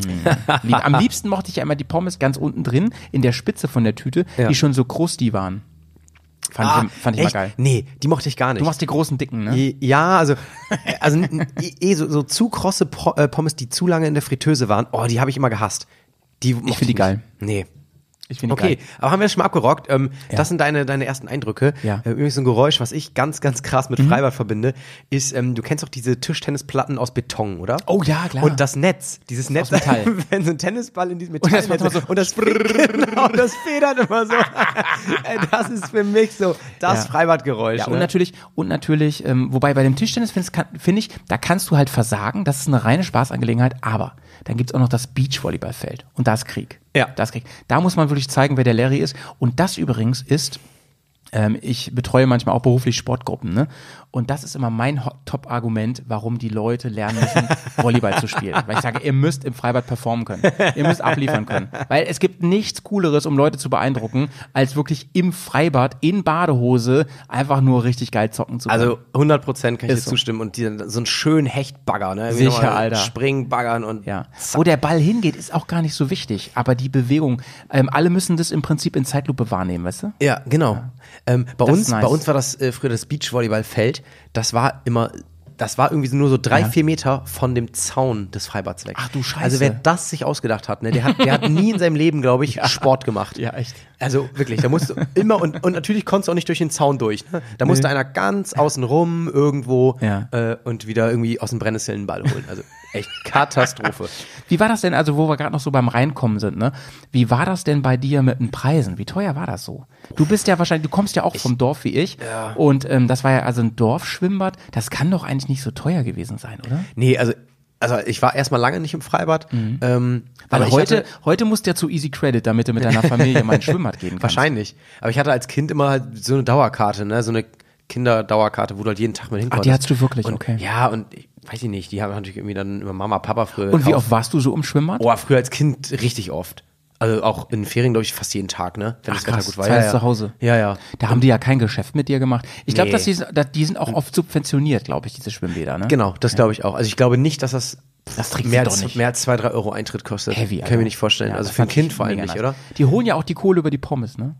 Lieb- Am liebsten mochte ich ja immer die Pommes ganz unten drin, in der Spitze von der Tüte, Ja. Ah, die schon so krusty waren. Fand ich, fand ich echt? mal geil. Nee, die mochte ich gar nicht. Du machst die großen Dicken, ne? ja, also, äh, also n- n- eh so, so zu krosse Po- äh, Pommes, die zu lange in der Fritteuse waren, oh, die habe ich immer gehasst. Die mochte die nicht. geil. Nee. Ich finde die Okay, geil. aber haben wir das schon mal abgerockt? Ähm, Das sind deine, deine ersten Eindrücke. Ja. Mhm. Äh, übrigens so ein Geräusch, was ich ganz, ganz krass mit Freibad verbinde, ist, ähm, du kennst doch diese Tischtennisplatten aus Beton, oder? Oh ja, klar. Und das Netz, dieses Netz, Metall. wenn so ein Tennisball in diesem das Metall macht immer so- und das, genau, das federt immer so. Ey, das ist für mich so das Ja. Freibadgeräusch. Ja, ne? und natürlich, und natürlich, ähm, wobei bei dem Tischtennis finde find ich, da kannst du halt versagen, das ist eine reine Spaßangelegenheit, aber dann gibt's auch noch das Beachvolleyballfeld und da ist Krieg. Ja. Das kriegt. Da muss man wirklich zeigen, wer der Larry ist. Und das übrigens ist, ähm, ich betreue manchmal auch beruflich Sportgruppen, ne? Und das ist immer mein Ho- Top-Argument, warum die Leute lernen müssen, Volleyball zu spielen. Weil ich sage, ihr müsst im Freibad performen können. Ihr müsst abliefern können. Weil es gibt nichts Cooleres, um Leute zu beeindrucken, als wirklich im Freibad, in Badehose, einfach nur richtig geil zocken zu können. Also 100 Prozent kann ich Ist so. dir zustimmen und die, so einen schönen Hechtbagger, ne? Irgendwie Sicher, nochmal Alter. Springen, baggern und Ja. zack. Wo der Ball hingeht, ist auch gar nicht so wichtig. Aber die Bewegung, ähm, alle müssen das im Prinzip in Zeitlupe wahrnehmen, weißt du? Ja, genau. Ähm, bei Das ist uns, nice. bei uns war das äh, früher das Beachvolleyballfeld. Das war immer, das war irgendwie so nur so drei, vier Meter von dem Zaun des Freibads weg. Ach du Scheiße. Also wer das sich ausgedacht hat, ne, der hat, der hat nie in seinem Leben, glaube ich, Sport gemacht. Ja, echt. Also wirklich, da musst du immer und, und natürlich konntest du auch nicht durch den Zaun durch. Ne? Da musste einer ganz außen rum irgendwo Ja. äh, und wieder irgendwie aus dem Brennnesseln einen Ball holen. Also echt Katastrophe. Wie war das denn, also wo wir gerade noch so beim Reinkommen sind, ne? Wie war das denn bei dir mit den Preisen? Wie teuer war das so? Du bist ja wahrscheinlich, du kommst ja auch vom Dorf wie ich. Ja. Und ähm, das war ja also ein Dorfschwimmbad. Das kann doch eigentlich nicht so teuer gewesen sein, oder? Nee, also, also ich war erstmal lange nicht im Freibad. Mhm. Ähm, Weil aber ich heute, hatte- heute musst du ja zu Easy Credit, damit du mit deiner Familie mal ins Schwimmbad gehen kannst. Wahrscheinlich. Aber ich hatte als Kind immer halt so eine Dauerkarte, ne? So eine Kinderdauerkarte, wo du halt jeden Tag mit Ach, hinkommst. Ah, die hattest du wirklich, und, okay. Ja, und ich weiß ich nicht, die haben natürlich irgendwie dann immer Mama, Papa früher. Und wie gekauft. oft warst du so im Schwimmbad? Boah, früher als Kind richtig oft. Also auch in Ferien, glaube ich, fast jeden Tag, ne? Wenn Ach, das Wetter krass, gut war. das Ja, heißt ja. zu Hause. Ja, ja. Da haben die ja kein Geschäft mit dir gemacht. Ich glaube, Nee. dass die, dass die sind auch oft subventioniert, glaube ich, diese Schwimmbäder. Ne? Genau, das glaube ich auch. Also ich glaube nicht, dass das, Das trägst mehr, du doch als, nicht. mehr als zwei, drei Euro Eintritt kostet. Heavy, Können wir nicht vorstellen. Ja, also das für ein fand Kind ich vor allem mega nicht, nice. oder? Die holen ja auch die Kohle über die Pommes, ne?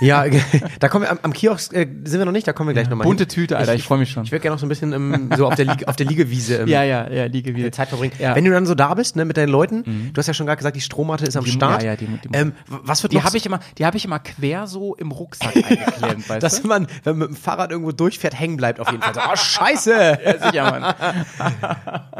Ja, da kommen wir am, am Kiosk, äh, sind wir noch nicht, da kommen wir gleich nochmal. Bunte Tüte, Alter, ich freu mich schon. Ich würde gerne noch so ein bisschen ähm, so auf der, Liege, auf der Liegewiese ähm, ja, ja, liege wieder. Zeit verbringen. Ja. Mhm. Wenn du dann so da bist, ne, mit deinen Leuten, du hast ja schon gerade gesagt, die Strohmatte ist am Die- Start. ja, ja, die- die- ähm, w- was wird die noch habe ich immer, die habe ich immer quer so im Rucksack eingeklemmt, weißt dass du? man, wenn man mit dem Fahrrad irgendwo durchfährt, hängen bleibt auf jeden Fall. So, oh, scheiße! Ja, sicher, Mann.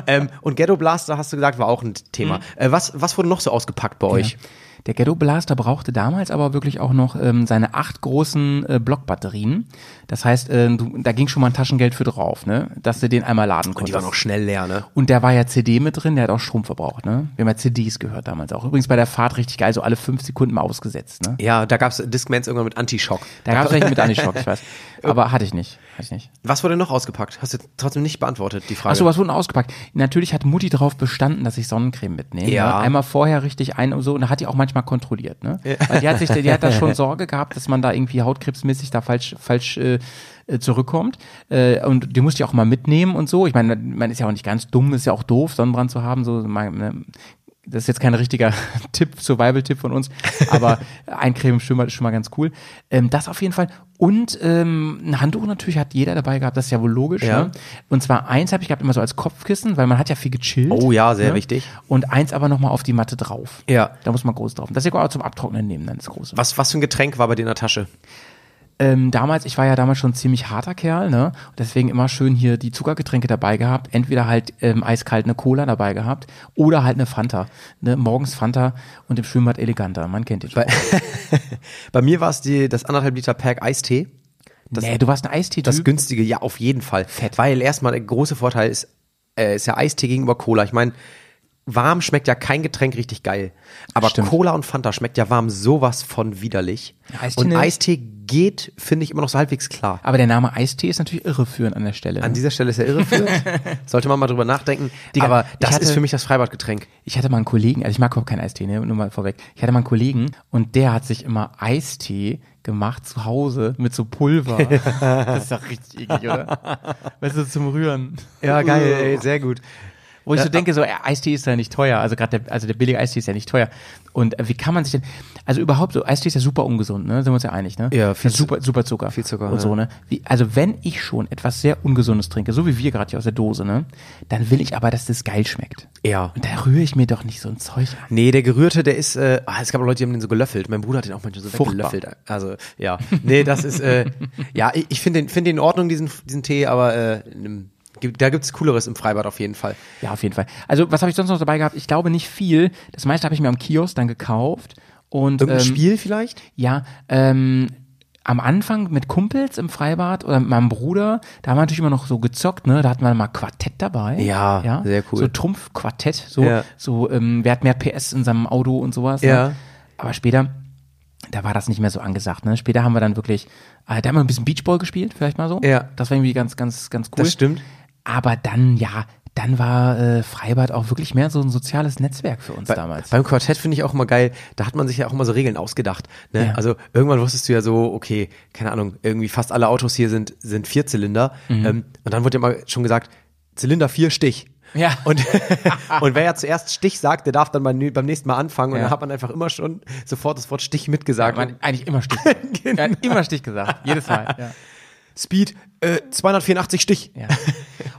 ähm, und Ghetto Blaster, hast du gesagt, war auch ein Thema. Äh, was, was wurde noch so ausgepackt bei euch? Mhm. Ja. Der Ghetto Blaster brauchte damals aber wirklich auch noch ähm, seine acht großen äh, Blockbatterien. Das heißt, äh, du, da ging schon mal ein Taschengeld für drauf, ne? Dass du den einmal laden Und konntest. die waren auch schnell leer, ne? Und da war ja CD mit drin, der hat auch Strom verbraucht, ne? Wir haben ja CDs gehört damals auch. Übrigens bei der Fahrt richtig geil, so alle fünf Sekunden mal ausgesetzt, ne? Ja, da gab's Discmans irgendwann mit Antischock. Da gab es welche mit Anischock, ich weiß. Aber hatte ich nicht. Hatte ich nicht. Was wurde noch ausgepackt? Hast du trotzdem nicht beantwortet, die Frage. Ach so, was wurden ausgepackt? Natürlich hat Mutti darauf bestanden, dass ich Sonnencreme mitnehme. Ja. Ne? Einmal vorher richtig ein und so. Und da hat die auch manchmal kontrolliert, ne? Weil die hat sich, die hat da schon Sorge gehabt, dass man da irgendwie hautkrebsmäßig da falsch, falsch äh, äh, zurückkommt. Äh, und die musste ich auch mal mitnehmen und so. Ich meine, man ist ja auch nicht ganz dumm, ist ja auch doof, Sonnenbrand zu haben. So, man, ne? das ist jetzt kein richtiger Tipp, Survival-Tipp von uns, aber eincremen im Schwimmbad ist schon mal ganz cool. Ähm, das auf jeden Fall. Und ähm, ein Handtuch natürlich hat jeder dabei gehabt, das ist ja wohl logisch. Ja. Ne? Und zwar eins habe ich gehabt immer so als Kopfkissen, weil man hat ja viel gechillt. ne? Oh ja, sehr wichtig. Und eins aber nochmal auf die Matte drauf. Ja. Da muss man groß drauf. Das ist ja auch zum Abtrocknen nehmen, dann das große. was, was für ein Getränk war bei dir in der Tasche? Ähm, damals, ich war ja damals schon ein ziemlich harter Kerl, ne? Und deswegen immer schön hier die Zuckergetränke dabei gehabt. Entweder halt ähm, eiskalt eine Cola dabei gehabt oder halt eine Fanta. Ne? Morgens Fanta und im Schwimmbad eleganter. Man kennt den schon. Bei mir war es die- das anderthalb Liter Pack Eistee. Nee, du warst ein Eistee-Typ. Das günstige, ja, auf jeden Fall. Weil erstmal der große Vorteil ist, äh, ist ja Eistee gegenüber Cola. Ich meine, warm schmeckt ja kein Getränk richtig geil. Aber Stimmt. Cola und Fanta schmeckt ja warm sowas von widerlich. Eistee und nicht. Eistee geht, finde ich, immer noch so halbwegs klar. Aber der Name Eistee ist natürlich irreführend an der Stelle. An ne? dieser Stelle ist er irreführend. Sollte man mal drüber nachdenken. Digga, aber ich das hatte- ist für mich das Freibadgetränk. Ich hatte mal einen Kollegen, also ich mag überhaupt keinen Eistee, ne? nur mal vorweg. Ich hatte mal einen Kollegen und der hat sich immer Eistee gemacht zu Hause mit so Pulver. das ist doch richtig eklig, oder? Weißt du, zum Rühren. Ja, geil, ey, sehr gut. Wo ich so denke, so äh, Eistee ist ja nicht teuer, also gerade der, also der billige Eistee ist ja nicht teuer. Und äh, wie kann man sich denn, also überhaupt so, Eistee ist ja super ungesund, ne? Sind wir uns ja einig, ne? Ja, viel viel super, super Zucker. viel Zucker, Und so, ja. ne? Wie, also wenn ich schon etwas sehr Ungesundes trinke, so wie wir gerade hier aus der Dose, ne? Dann will ich aber, dass das geil schmeckt. Ja. Und da rühre ich mir doch nicht so ein Zeug an. Nee, der gerührte, der ist, äh, ah, es gab auch Leute, die haben den so gelöffelt. Mein Bruder hat den auch manchmal so Furchtbar. weggelöffelt. Also, ja. Nee, das ist, äh, ja, ich, ich finde den, find den in Ordnung, diesen, diesen Tee, aber äh, nimm- gibt- da gibt's Cooleres im Freibad auf jeden Fall. Ja, auf jeden Fall. Also, was habe ich sonst noch dabei gehabt? Ich glaube nicht viel. Das meiste habe ich mir am Kiosk dann gekauft. Und, Irgendein ähm, Spiel vielleicht? Ja, ähm, am Anfang mit Kumpels im Freibad oder mit meinem Bruder, da haben wir natürlich immer noch so gezockt, ne? Da hatten wir mal Quartett dabei. Ja, sehr cool. So Trumpfquartett, so, Ja. so ähm, wer hat mehr PS in seinem Auto und sowas. Ja. Ne? Aber später, da war das nicht mehr so angesagt. Ne? Später haben wir dann wirklich, äh, da haben wir ein bisschen Beachball gespielt, vielleicht mal so. Ja. Das war irgendwie ganz, ganz, ganz cool. Das stimmt. Aber dann, ja, dann war äh, Freibad auch wirklich mehr so ein soziales Netzwerk für uns damals. Beim Quartett finde ich auch immer geil, da hat man sich ja auch immer so Regeln ausgedacht. Ne? Ja. Also irgendwann wusstest du ja so, okay, keine Ahnung, irgendwie fast alle Autos hier sind, sind Vierzylinder. Mhm. Ähm, und dann wurde ja immer schon gesagt, Zylinder vier Stich. Ja. Und, und wer ja zuerst Stich sagt, der darf dann beim, beim nächsten Mal anfangen. Und Ja. dann hat man einfach immer schon sofort das Wort Stich mitgesagt. man Und hat eigentlich immer Stich. gesagt. Genau. Er hat immer Stich gesagt, jedes Mal. Ja. Speed, äh, 284 Stich. Ja.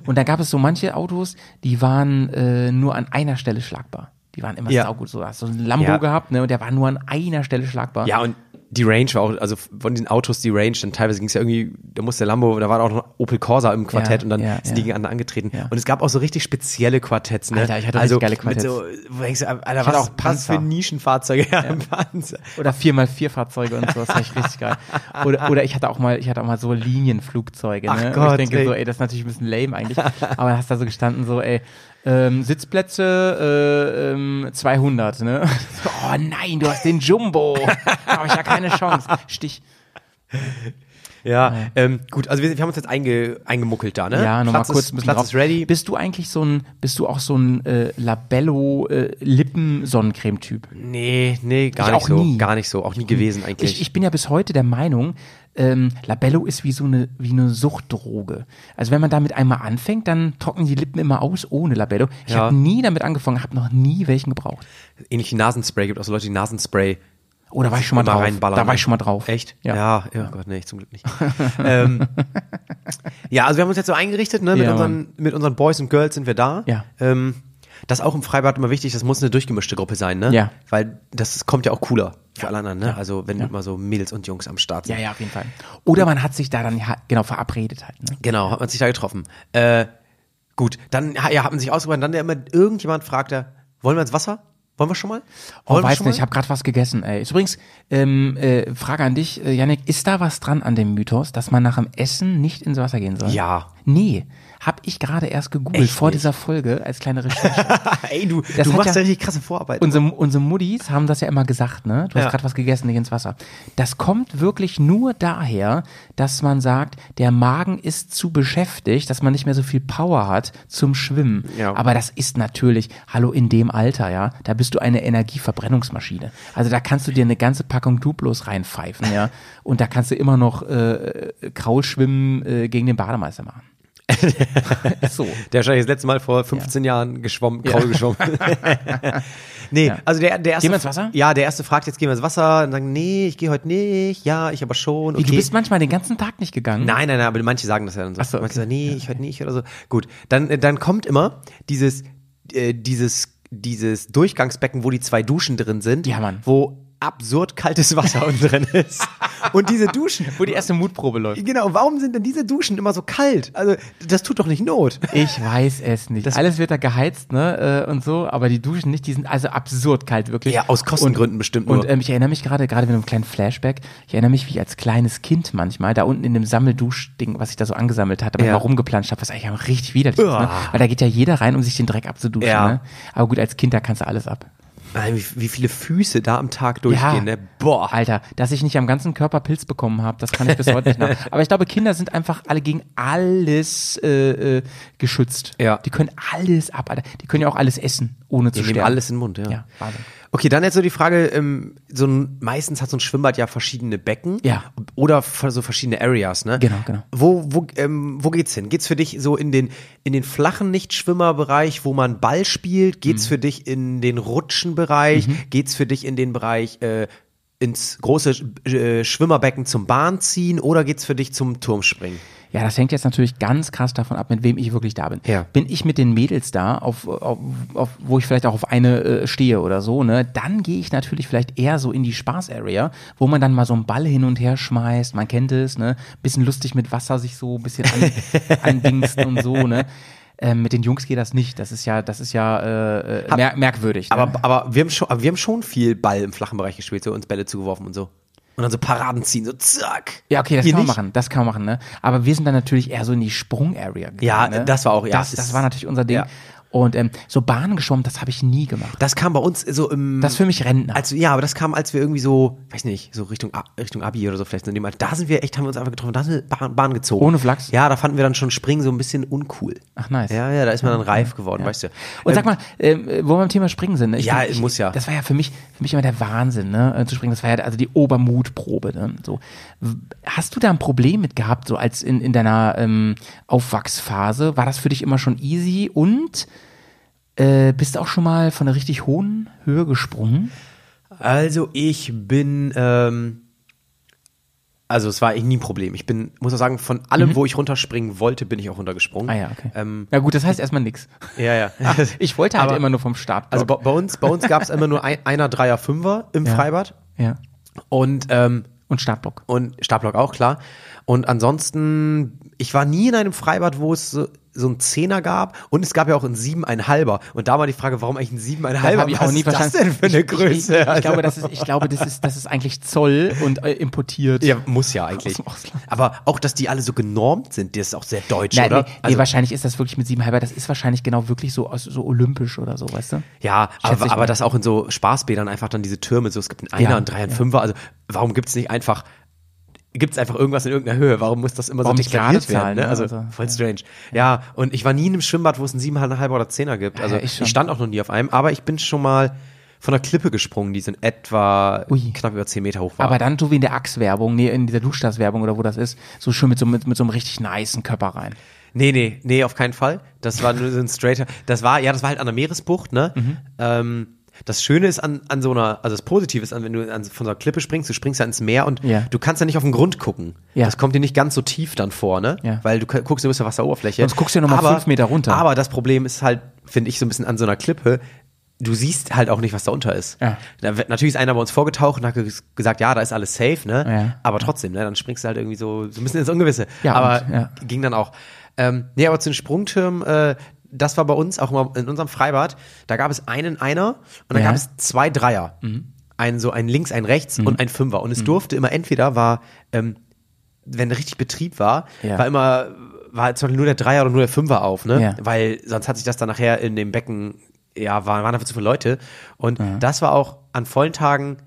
Und da gab es so manche Autos, die waren äh, nur an einer Stelle schlagbar. Die waren immer Ja. saugut. So, hast du einen Lambo Ja. gehabt, ne? Und der war nur an einer Stelle schlagbar. Ja, und die Range war auch, also von den Autos die Range, dann teilweise ging es ja irgendwie, da musste der Lambo, da war auch noch Opel Corsa im Quartett Ja, und dann ja, sind die ja. gegeneinander angetreten. Ja. Und es gab auch so richtig spezielle Quartetts, ne? Alter, ich hatte also richtig geile Mit so, wo denkst du, Alter, hatte was, auch was für Panzer. Nischenfahrzeuge, ja, Panzer. Oder 4x4 Fahrzeuge und sowas, fand ich richtig geil. Oder, oder ich hatte auch mal, ich hatte auch mal so Linienflugzeuge, ne? Ach Und Gott, ich denke ey. so, ey, das ist natürlich ein bisschen lame eigentlich. Aber dann hast da so gestanden, so, ey, ähm, Sitzplätze äh, ähm, 200, ne? So, oh nein, du hast den Jumbo. Da habe ich ja keine Chance. Stich. Ja, ähm, gut, also wir, wir haben uns jetzt einge, eingemuckelt da, ne? Ja, nochmal Platz kurz ist, ein bisschen Platz drauf. ist ready. Bist du eigentlich so ein, bist du auch so ein äh, Labello-Lippen-Sonnencreme-Typ? nee, nee, gar Ich nicht auch so. nie. Gar nicht so, auch nie gewesen eigentlich. Ich, ich bin ja bis heute der Meinung, ähm, Labello ist wie so eine, wie eine Suchtdroge. Also wenn man damit einmal anfängt, dann trocknen die Lippen immer aus ohne Labello. Ich Ja. habe nie damit angefangen, habe noch nie welchen gebraucht. Ähnlich wie Nasenspray, gibt auch so Leute, die Nasenspray Oh, da war ich schon mal Immer drauf. reinballern. Da war ich schon mal drauf. Echt? Ja. Ja, ja, Oh Gott, nee, ich zum Glück nicht. ähm, ja, also wir haben uns jetzt so eingerichtet, ne? Mit, Ja, unseren, mit unseren Boys und Girls sind wir da. Ja. Ähm, das ist auch im Freibad immer wichtig, das muss eine durchgemischte Gruppe sein, ne? Ja. Weil das kommt ja auch cooler für alle anderen, ne? Also wenn immer so Mädels und Jungs am Start sind. Ja, ja, auf jeden Fall. Oder man hat sich da dann ja, genau verabredet halt. Ne? Genau, hat man sich da getroffen. Äh, gut, dann ja, hat man sich ausgewandt, dann ja immer irgendjemand fragt da, wollen wir ins Wasser? Wollen wir schon mal? Oh, Wollen wir weiß schon mal? nicht, ich habe gerade was gegessen. Ey. Ist Übrigens, ähm, äh, Frage an dich, äh, Yannick, ist da was dran an dem Mythos, dass man nach dem Essen nicht ins Wasser gehen soll? Ja. Nee, habe ich gerade erst gegoogelt Echt vor nicht? dieser Folge als kleine Recherche. Ey, du, Das du hat machst ja ja- richtig krasse Vorarbeit. Unsere, unsere Muddies haben das ja immer gesagt, ne? Du hast Ja. gerade was gegessen, nicht ins Wasser. Das kommt wirklich nur daher, dass man sagt, der Magen ist zu beschäftigt, dass man nicht mehr so viel Power hat zum Schwimmen. Ja. Aber das ist natürlich, hallo, in dem Alter, ja, da bist du eine Energieverbrennungsmaschine. Also da kannst du dir eine ganze Packung Duplos reinpfeifen, ja. Und da kannst du immer noch äh, äh, Kraulschwimmen äh, gegen den Bademeister machen. ist so. Der ist wahrscheinlich das letzte Mal vor 15 Jahren geschwommen, Kraul geschwommen. nee, also der, der erste. Gehen wir ins Wasser? Ja, der erste fragt, jetzt gehen wir ins Wasser. Dann sagen, nee, ich gehe heute nicht. Ja, ich aber schon. Okay. Wie, Du bist manchmal den ganzen Tag nicht gegangen. nein, nein, nein, aber manche sagen das ja dann so. Ach so, Manche okay. sagen, nee, ich heute nicht oder so. Gut, dann, äh, dann kommt immer dieses, äh, dieses, dieses Durchgangsbecken, wo die zwei Duschen drin sind. Ja, Mann. Wo absurd kaltes Wasser unten drin ist. Und diese Duschen, Wo die erste Mutprobe läuft. genau, warum sind denn diese Duschen immer so kalt? Also, das tut doch nicht Not. Ich weiß es nicht. Alles wird da geheizt, ne? äh, Und so, aber die Duschen nicht, die sind also absurd kalt, wirklich. Ja, aus Kostengründen und, bestimmt Und nur. ähm, ich erinnere mich gerade, gerade mit einem kleinen Flashback, ich erinnere mich, wie ich als kleines Kind manchmal da unten in dem Sammelduschding, was ich da so angesammelt hatte, Ja. ja. rumgeplanscht habe, was eigentlich auch richtig widerlich ist, ne? Uah. Weil da geht ja jeder rein, um sich den Dreck abzuduschen, Ja. ne? Aber gut, als Kind, da kannst du alles ab. Nein, wie, wie viele Füße da am Tag durchgehen, ne? Boah. Alter, dass ich nicht am ganzen Körper Pilz bekommen habe, das kann ich bis heute nicht nach. Aber ich glaube, Kinder sind einfach alle gegen alles äh, äh, geschützt. Ja. Die können alles ab, Alter. Die können ja auch alles essen, ohne zu Die nehmen sterben. alles in den Mund, ja. Ja, Wahnsinn. Okay, dann jetzt so die Frage, ähm, so ein, meistens hat so ein Schwimmbad ja verschiedene Becken. Ja. Oder ver- so verschiedene Areas, ne? Genau, genau. Wo, wo, ähm, wo geht's hin? Geht's für dich so in den, in den flachen Nichtschwimmerbereich, wo man Ball spielt? Mhm. Geht's für dich in den Rutschenbereich? Geht's für dich in den Bereich, äh, ins große Sch- äh, Schwimmerbecken zum Bahnziehen? Oder geht's für dich zum Turmspringen? Ja, das hängt jetzt natürlich ganz krass davon ab, mit wem ich wirklich da bin. Ja. Bin ich mit den Mädels da, auf, auf, auf, wo ich vielleicht auch auf eine äh, stehe oder so, ne? Dann gehe ich natürlich vielleicht eher so in die Spaß-Area, wo man dann mal so einen Ball hin und her schmeißt, man kennt es, ne? Bisschen lustig mit Wasser sich so ein bisschen an, andingst und so, ne? Ähm, mit den Jungs geht das nicht. Das ist ja, das ist ja äh, äh, mer merkwürdig. ne? Aber, aber, wir haben schon, aber wir haben schon viel Ball im flachen Bereich gespielt, so uns Bälle zugeworfen und so. Und dann so Paraden ziehen, so zack. Ja, okay, das Ihr kann man nicht? machen, das kann man machen, ne? Aber wir sind dann natürlich eher so in die Sprung-Area gegangen. Ja, ne? das war auch- ja, das, es das ist- war natürlich unser Ding. ja. Und ähm, so Bahnen geschwommen, das habe ich nie gemacht. Das kam bei uns so im. Das ist für mich Rentner. als, ja, aber das kam, als wir irgendwie so, weiß nicht, so Richtung, A- Richtung Abi oder so vielleicht. Und da sind wir echt, haben wir uns einfach getroffen, da sind wir Bahn, Bahn gezogen. Ohne Flachs? Ja, da fanden wir dann schon Springen so ein bisschen uncool. Ach, nice. Ja, ja, da ist man dann reif geworden, weißt du. Und Ähm, sag mal, ähm, äh, wo wir beim Thema Springen sind. Ne? Ich Ja, find, ich, muss ja. Das war ja für mich, für mich immer der Wahnsinn, ne? äh, zu springen. Das war ja also die Obermutprobe. Ne? So. W- Hast du da ein Problem mit gehabt, so als in, in deiner ähm, Aufwachsphase? War das für dich immer schon easy? Und äh, bist du auch schon mal von einer richtig hohen Höhe gesprungen? Also ich bin, ähm, also es war eigentlich nie ein Problem. Ich bin, muss auch sagen, von allem, wo ich runterspringen wollte, bin ich auch runtergesprungen. Mhm. Ah ja, okay. Ähm, ja gut, das heißt erstmal nix. ja, ja. Ich wollte halt Aber- immer nur vom Start. Also bei, bei uns, bei uns gab es immer nur ein, einer Dreier Fünfer im Freibad ja. und ähm, Und Startblock. und Stablock auch klar. Und ansonsten, ich war nie in einem Freibad, wo es so, so einen Zehner gab und es gab ja auch einen Siebeneinhalber. Und da war die Frage, warum eigentlich ein Siebeneinhalber? hab Was ist das denn für eine Ich- Ich, ich, ich, Größe? Also, Alter? glaube, das ist, ich glaube, das ist, das ist eigentlich Zoll und äh, importiert. Ja, muss ja eigentlich. Aus dem Ausland. Aber auch, dass die alle so genormt sind, das ist auch sehr deutsch, Nein, oder? Also nee, nee, wahrscheinlich ist das wirklich mit sieben halber. Das ist wahrscheinlich genau wirklich so, aus, so olympisch oder so, weißt du? ja, Schätze aber, ich aber mal. dass auch in so Spaßbädern einfach dann diese Türme, so es gibt einen Einer, Ja, einen Dreier, einen Fünfer. Also warum gibt es nicht einfach, gibt es einfach irgendwas in irgendeiner Höhe? Warum muss das immer Warum so nicht deklariert gerade Zahlen, werden? Ne? ne? Also, Also, voll strange. Ja. und ich war nie in einem Schwimmbad, wo es einen siebeneinhalber oder zehner gibt. Also ja, ich ich, schon. stand auch noch nie auf einem, aber ich bin schon mal von der Klippe gesprungen, die sind etwa Ui. knapp über zehn Meter hoch war. Aber dann so wie in der Axe-Werbung, nee, in dieser Duschstars-Werbung oder wo das ist, so schön mit so, mit, mit so einem richtig nicen Körper rein. Nee, nee, nee, auf keinen Fall. Das war nur so ein straighter. Das war, ja, das war halt an der Meeresbucht, ne? Mhm. Ähm, das Schöne ist an, an so einer, also das Positive ist, an, wenn du an, von so einer Klippe springst, du springst ja ins Meer und Ja. du kannst ja nicht auf den Grund gucken. Ja. Das kommt dir nicht ganz so tief dann vor, ne? Ja. Weil du k- guckst du bist der Wasseroberfläche. Sonst guckst du ja noch mal Aber- fünf Meter runter. Aber das Problem ist halt, finde ich, so ein bisschen an so einer Klippe, du siehst halt auch nicht, was da unter ist. Ja. Da wird, natürlich ist einer bei uns vorgetaucht und hat ges- gesagt, ja, da ist alles safe, ne? Ja. Aber trotzdem, ne? Dann springst du halt irgendwie so, so ein bisschen ins Ungewisse. Ja, aber und- ja. ging dann auch. Ähm, nee, aber zu den Sprungtürmen, äh, das war bei uns auch mal in unserem Freibad. Da gab es einen Einer und dann Ja. Mhm. gab es zwei Dreier. Ein so ein Links, ein Rechts und ein Fünfer. Und es durfte immer entweder war, ähm, wenn richtig Betrieb war, Ja. war immer war halt zum Beispiel nur der Dreier oder nur der Fünfer auf, ne? Ja. Weil sonst hat sich das dann nachher in dem Becken, ja, waren, waren einfach zu viele Leute. Und das war auch an vollen Tagen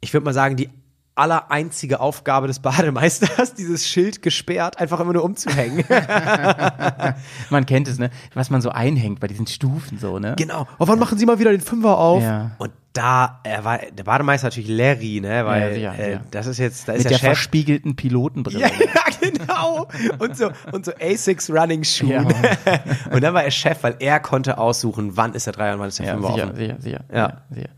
ich würde mal sagen, die aller einzige Aufgabe des Bademeisters, dieses Schild gesperrt, einfach immer nur umzuhängen. Man kennt es, ne? Was man so einhängt bei diesen Stufen so, ne? genau. Oh, wann machen Sie mal wieder den Fünfer auf? Ja. Und da er war der Bademeister natürlich Larry, ne? Weil Ja, sicher, äh, ja. das ist jetzt, da ist Mit der der, Chef. verspiegelten Pilotenbrille. Ja, ja, genau. Und so, und so Asics Running Shoe. Ja, Mann. und dann war er Chef, weil er konnte aussuchen, wann ist der Dreier und wann ist der Ja, Fünfer sicher, offen. sicher, sicher, Ja. sicher.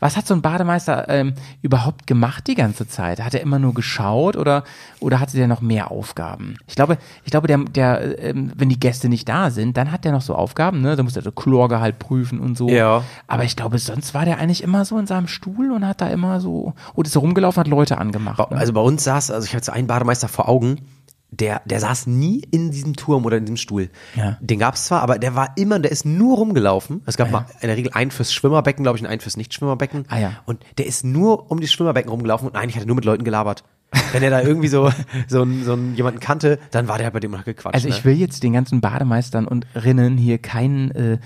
Was hat so ein Bademeister ähm, überhaupt gemacht die ganze Zeit? Hat er immer nur geschaut oder, oder hatte der noch mehr Aufgaben? Ich glaube, ich glaube der, der, ähm, wenn die Gäste nicht da sind, dann hat der noch so Aufgaben, ne? Da muss er so Chlorgehalt prüfen und so. Ja. Aber ich glaube, sonst war der eigentlich immer so in seinem Stuhl und hat da immer so, oder ist so rumgelaufen, hat Leute angemacht. Ba- ne? Also bei uns saß, also ich hatte so einen Bademeister vor Augen, der, der saß nie in diesem Turm oder in diesem Stuhl. Ja. Den gab es zwar, aber der war immer, der ist nur rumgelaufen. Es gab mal in der Regel einen fürs Schwimmerbecken, glaube ich, und einen fürs Nichtschwimmerbecken. Ah, ja. Und der ist nur um die Schwimmerbecken rumgelaufen und eigentlich hat er nur mit Leuten gelabert. Wenn er da irgendwie so, so, einen, so einen, jemanden kannte, dann war der halt bei dem und hat gequatscht. Also ne? ich will jetzt den ganzen Bademeistern und Rinnen hier keinen, äh,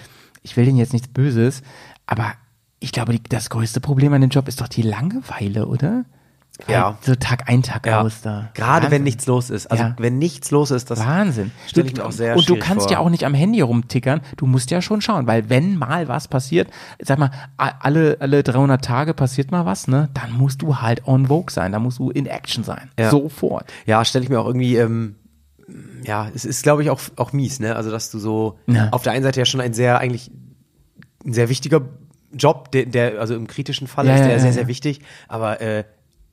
ich will denen jetzt nichts Böses, aber ich glaube, die, das größte Problem an dem Job ist doch die Langeweile, oder? Ja. So Tag ein, Tag ja. aus da. Gerade wenn Wahnsinn. nichts los ist. Also Ja. wenn nichts los ist, das Wahnsinn. stelle ich mir auch sehr Und du schwierig kannst vor. ja auch nicht am Handy rumtickern, du musst ja schon schauen, weil wenn mal was passiert, sag mal, a- alle, alle 300 Tage passiert mal was, ne, dann musst du halt on vogue sein, dann musst du in Action sein. Ja. Sofort. Ja, stelle ich mir auch irgendwie, ähm, ja, es ist, glaube ich, auch, auch mies, ne? Also, dass du so Ja. auf der einen Seite ja schon ein sehr, eigentlich ein sehr wichtiger Job, der, der also im kritischen Fall Ja, ist der ja, ja, sehr, ja. sehr wichtig, aber äh,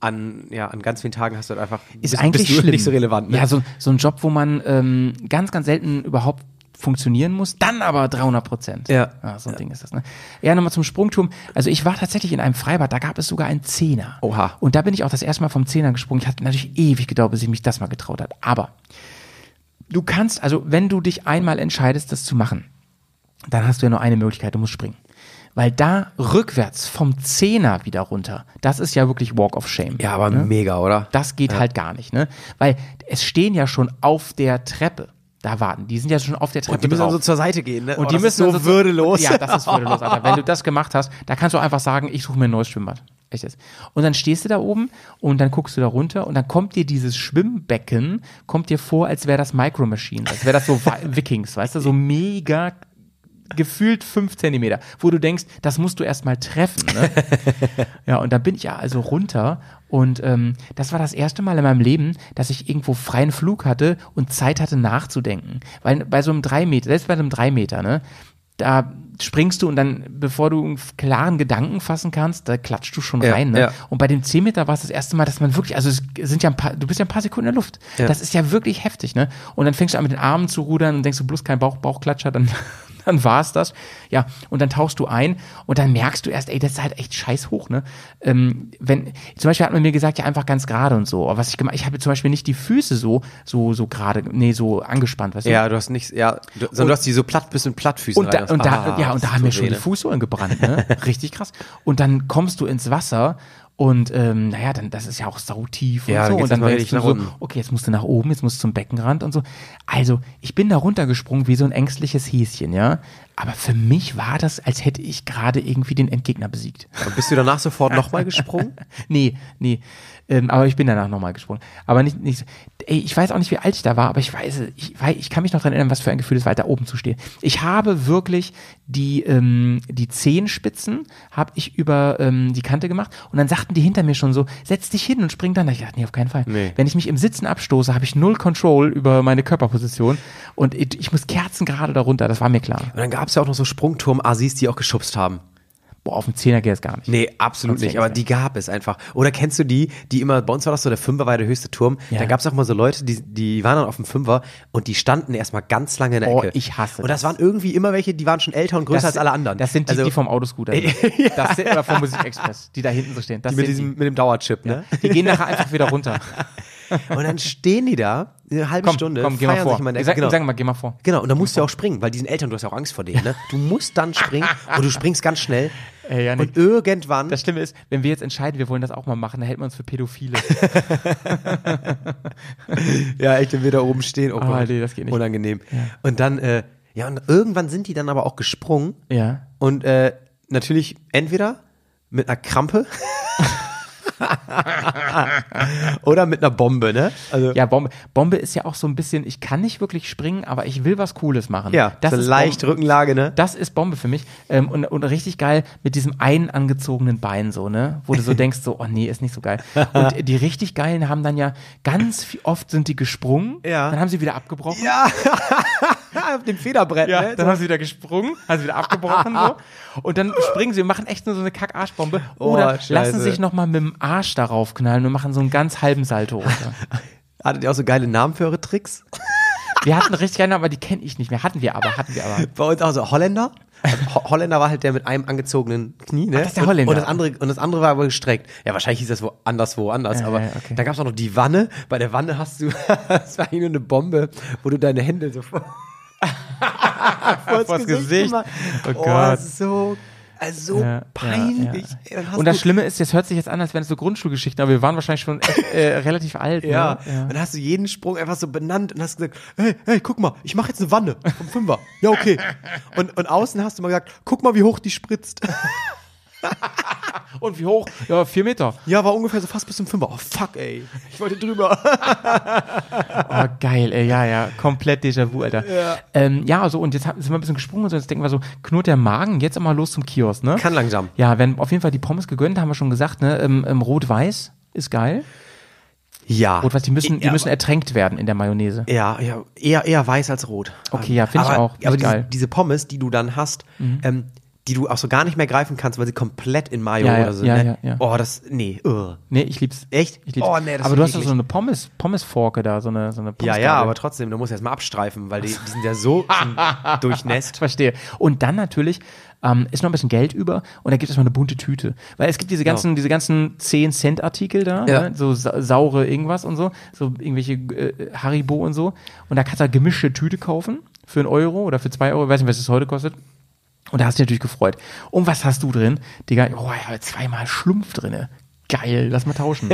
an, ja, an ganz vielen Tagen hast du halt einfach ist bist, eigentlich bist du schlimm. nicht so relevant. Ne? Ja, so, so ein Job, wo man ähm, ganz, ganz selten überhaupt funktionieren muss, dann aber 300 Prozent. Ja. So ein Ding ist das, ne? Ja, nochmal zum Sprungturm. Also ich war tatsächlich in einem Freibad, da gab es sogar einen Zehner. Oha. Und da bin ich auch das erste Mal vom Zehner gesprungen. Ich hatte natürlich ewig gedauert, bis ich mich das mal getraut hat. Aber du kannst, also wenn du dich einmal entscheidest, das zu machen, dann hast du ja nur eine Möglichkeit, du musst springen. Weil da rückwärts vom Zehner wieder runter, das ist ja wirklich Walk of Shame. ja, aber mega, oder? ne? Das geht halt gar nicht, ne? Weil es stehen ja schon auf der Treppe. Da warten. Die sind ja schon auf der Treppe. Und die müssen drauf. dann so zur Seite gehen, ne? Und Oh, die das müssen ist so dann würdelos. Ja, das ist würdelos, Alter. Wenn du das gemacht hast, da kannst du einfach sagen, ich suche mir ein neues Schwimmbad. Echt jetzt. Und dann stehst du da oben und dann guckst du da runter und dann kommt dir dieses Schwimmbecken, kommt dir vor, als wäre das Micro Machines, als wäre das so Wi- Vikings, weißt du, so mega gefühlt fünf Zentimeter, wo du denkst, das musst du erstmal treffen. Ne? ja, und da bin ich ja also runter und ähm, das war das erste Mal in meinem Leben, dass ich irgendwo freien Flug hatte und Zeit hatte nachzudenken. Weil bei so einem drei Meter, selbst bei einem drei Meter, ne, da springst du und dann, bevor du einen klaren Gedanken fassen kannst, da klatschst du schon Ja, rein. Ne? ja. Und bei dem 10 Meter war es das erste Mal, dass man wirklich, also es sind ja ein paar, du bist ja ein paar Sekunden in der Luft. Das ist ja wirklich heftig, ne? Und dann fängst du an mit den Armen zu rudern und denkst du bloß kein Bauch, Bauchklatscher, dann, dann war's das. Ja, und dann tauchst du ein und dann merkst du erst, ey, das ist halt echt scheiß hoch, ne? Ähm, wenn, zum Beispiel hat man mir gesagt, ja, einfach ganz gerade und so. Aber was ich gemacht, ich habe zum Beispiel nicht die Füße so, so, so gerade, nee, so angespannt, weißt du? Ja, du hast nichts, ja, du, sondern du hast die so platt, bisschen plattfüßen Ah, Und da, und da, ja, und da haben mir schon die Fuß. Fußsohlen gebrannt, ne? Richtig krass. Und dann kommst du ins Wasser und ähm, naja, dann das ist ja auch sautief und Ja, dann so. geht's Und dann erstmal denkst richtig du nach so, unten. okay, jetzt musst du nach oben, jetzt musst du zum Beckenrand und so. Also, ich bin da runtergesprungen wie so ein ängstliches Häschen, ja. Aber für mich war das, als hätte ich gerade irgendwie den Endgegner besiegt. Und bist du danach sofort nochmal gesprungen? Nee, nee. Ähm, aber ich bin danach nochmal gesprungen. Aber nicht, nicht, ey, ich weiß auch nicht, wie alt ich da war, aber ich weiß, ich, weiß, ich kann mich noch dran erinnern, was für ein Gefühl es war, da oben zu stehen. Ich habe wirklich die, ähm, die Zehenspitzen habe ich über ähm, die Kante gemacht und dann sagten die hinter mir schon so, setz dich hin und spring dann. Da hab Ich dachte, nee, auf keinen Fall. Nee. Wenn ich mich im Sitzen abstoße, habe ich null Control über meine Körperposition und ich, ich muss kerzengerade darunter, das war mir klar. Und dann gab es ja auch noch so Sprungturm-Assis, die auch geschubst haben. Boah, auf dem Zehner geht es gar nicht. Nee, absolut nicht. Aber die gab es einfach. Oder kennst du die, die immer, bei uns war das so, der Fünfer war der höchste Turm. Ja. Da gab es auch mal so Leute, die, die waren dann auf dem Fünfer und die standen erstmal ganz lange in der Oh, Ecke. ich hasse Und das, das. waren irgendwie immer welche, die waren schon älter und größer als alle anderen. Das sind die, also, die vom Autoscooter sind. Das sind oder vom Musikexpress, die da hinten so stehen. Das die mit, sind diesem, mit dem Dauerchip, ne? die. die gehen nachher einfach wieder runter. Und dann stehen die da, eine halbe Komm, Stunde, komm, geh feiern mal vor. sich immer in der sag, Ecke. Genau. sag mal, geh mal vor. Genau, und dann musst du ja auch springen, weil diesen Eltern, du hast ja auch Angst vor denen, ne? Du musst dann springen und du springst ganz schnell. Ey, Janik. und irgendwann, Äh, Das Schlimme ist, wenn wir jetzt entscheiden, wir wollen das auch mal machen, dann hält man uns für Pädophile. ja, echt, wenn wir da oben stehen, oh Ah, Gott, nee, das geht nicht. unangenehm. Und dann, äh, ja, und irgendwann sind die dann aber auch gesprungen ja. und äh, natürlich entweder mit einer Krampe oder mit einer Bombe, ne? Also, Ja, Bombe. Bombe ist ja auch so ein bisschen, ich kann nicht wirklich springen, aber ich will was Cooles machen. ja, das so ist leicht Bombe. Rückenlage, ne? Das ist Bombe für mich. Ähm, und, und richtig geil mit diesem einen angezogenen Bein so, ne? Wo du so denkst, so, oh nee, ist nicht so geil. Und die richtig geilen haben dann ja ganz viel, oft sind die gesprungen, Ja. dann haben sie wieder abgebrochen. Auf dem Federbrett, Ja, ne? dann haben sie wieder gesprungen, haben sie wieder abgebrochen so. Und dann springen sie und machen echt nur so eine Kack-Arschbombe. Oh, Oder lassen Scheiße. sich nochmal mit dem Arsch darauf knallen und machen so einen ganz halben Salto runter. Hattet ihr auch so geile Namen für eure Tricks? Wir hatten richtig gerne, aber die kenne ich nicht mehr. Hatten wir aber, hatten wir aber. Bei uns auch so Holländer. Also Ho- Holländer war halt der mit einem angezogenen Knie, ne? Ach, das ist der Und- Holländer. Und das andere, und das andere war aber gestreckt. Ja, wahrscheinlich hieß das woanders, woanders. Ja, aber ja, okay. da gab es auch noch die Wanne. Bei der Wanne hast du, das war eigentlich nur eine Bombe, wo du deine Hände so vor, vors Vors Gesicht. gemacht- Oh Oh, Gott. Gott. so, also so Ja, ja, peinlich. ja. Ey, dann hast Und das du- Schlimme ne? ist, das hört sich jetzt an, als wären es so Grundschulgeschichten, aber wir waren wahrscheinlich schon echt, äh, relativ alt. Ja, Ne? ja. und dann hast du jeden Sprung einfach so benannt und hast gesagt, hey, hey, guck mal, ich mache jetzt eine Wanne vom Fünfer. Ja, okay. Und, und außen hast du mal gesagt, guck mal, wie hoch die spritzt. Und wie hoch? Ja, vier Meter. Ja, war ungefähr so fast bis zum Fünfer. Oh, fuck, ey. Ich wollte drüber. Oh, geil, ey, ja, ja, komplett Déjà-vu, Alter. Ja, ähm, ja so, und jetzt haben- sind wir ein bisschen gesprungen und so, jetzt denken wir so, knurrt der Magen, jetzt auch mal los zum Kiosk, ne? Kann langsam. Ja, wenn auf jeden Fall die Pommes gegönnt, haben wir schon gesagt, ne? Ähm, ähm, Rot-Weiß ist geil. Ja. Rot-Weiß, die müssen, die Ja, müssen ertränkt werden in der Mayonnaise. Ja, ja, eher, eher weiß als rot. Okay, ja, finde ich Aber- auch. Finde Aber ich diese, geil. Mhm. diese Pommes, die du dann hast, ähm, die du auch so gar nicht mehr greifen kannst, weil sie komplett in Mayo Ja, ja, oder so. ja, ne? ja, ja. Oh, das, nee, uh. Nee, ich lieb's. Echt? Ich lieb's. Oh, nee, das aber ist du hast doch eklig. so eine Pommes, Pommes-Forke da, so eine, so eine Ja, Pommes ja, aber trotzdem, du musst erst mal abstreifen, weil die, die sind ja so schon durchnässt. Verstehe. Und dann natürlich ähm, ist noch ein bisschen Geld über und da gibt es mal eine bunte Tüte. Weil es gibt diese ganzen, diese ganzen 10-Cent-Artikel da, Ja. ne? so sa saure irgendwas und so, so irgendwelche äh, Haribo und so. Und da kannst du halt gemischte Tüte kaufen für einen Euro oder für zwei Euro, ich weiß nicht, was es heute kostet. Und da hast du dich natürlich gefreut. Und was hast du drin? Digga, oh, ich habe zweimal Schlumpf drinne. Geil, lass mal tauschen.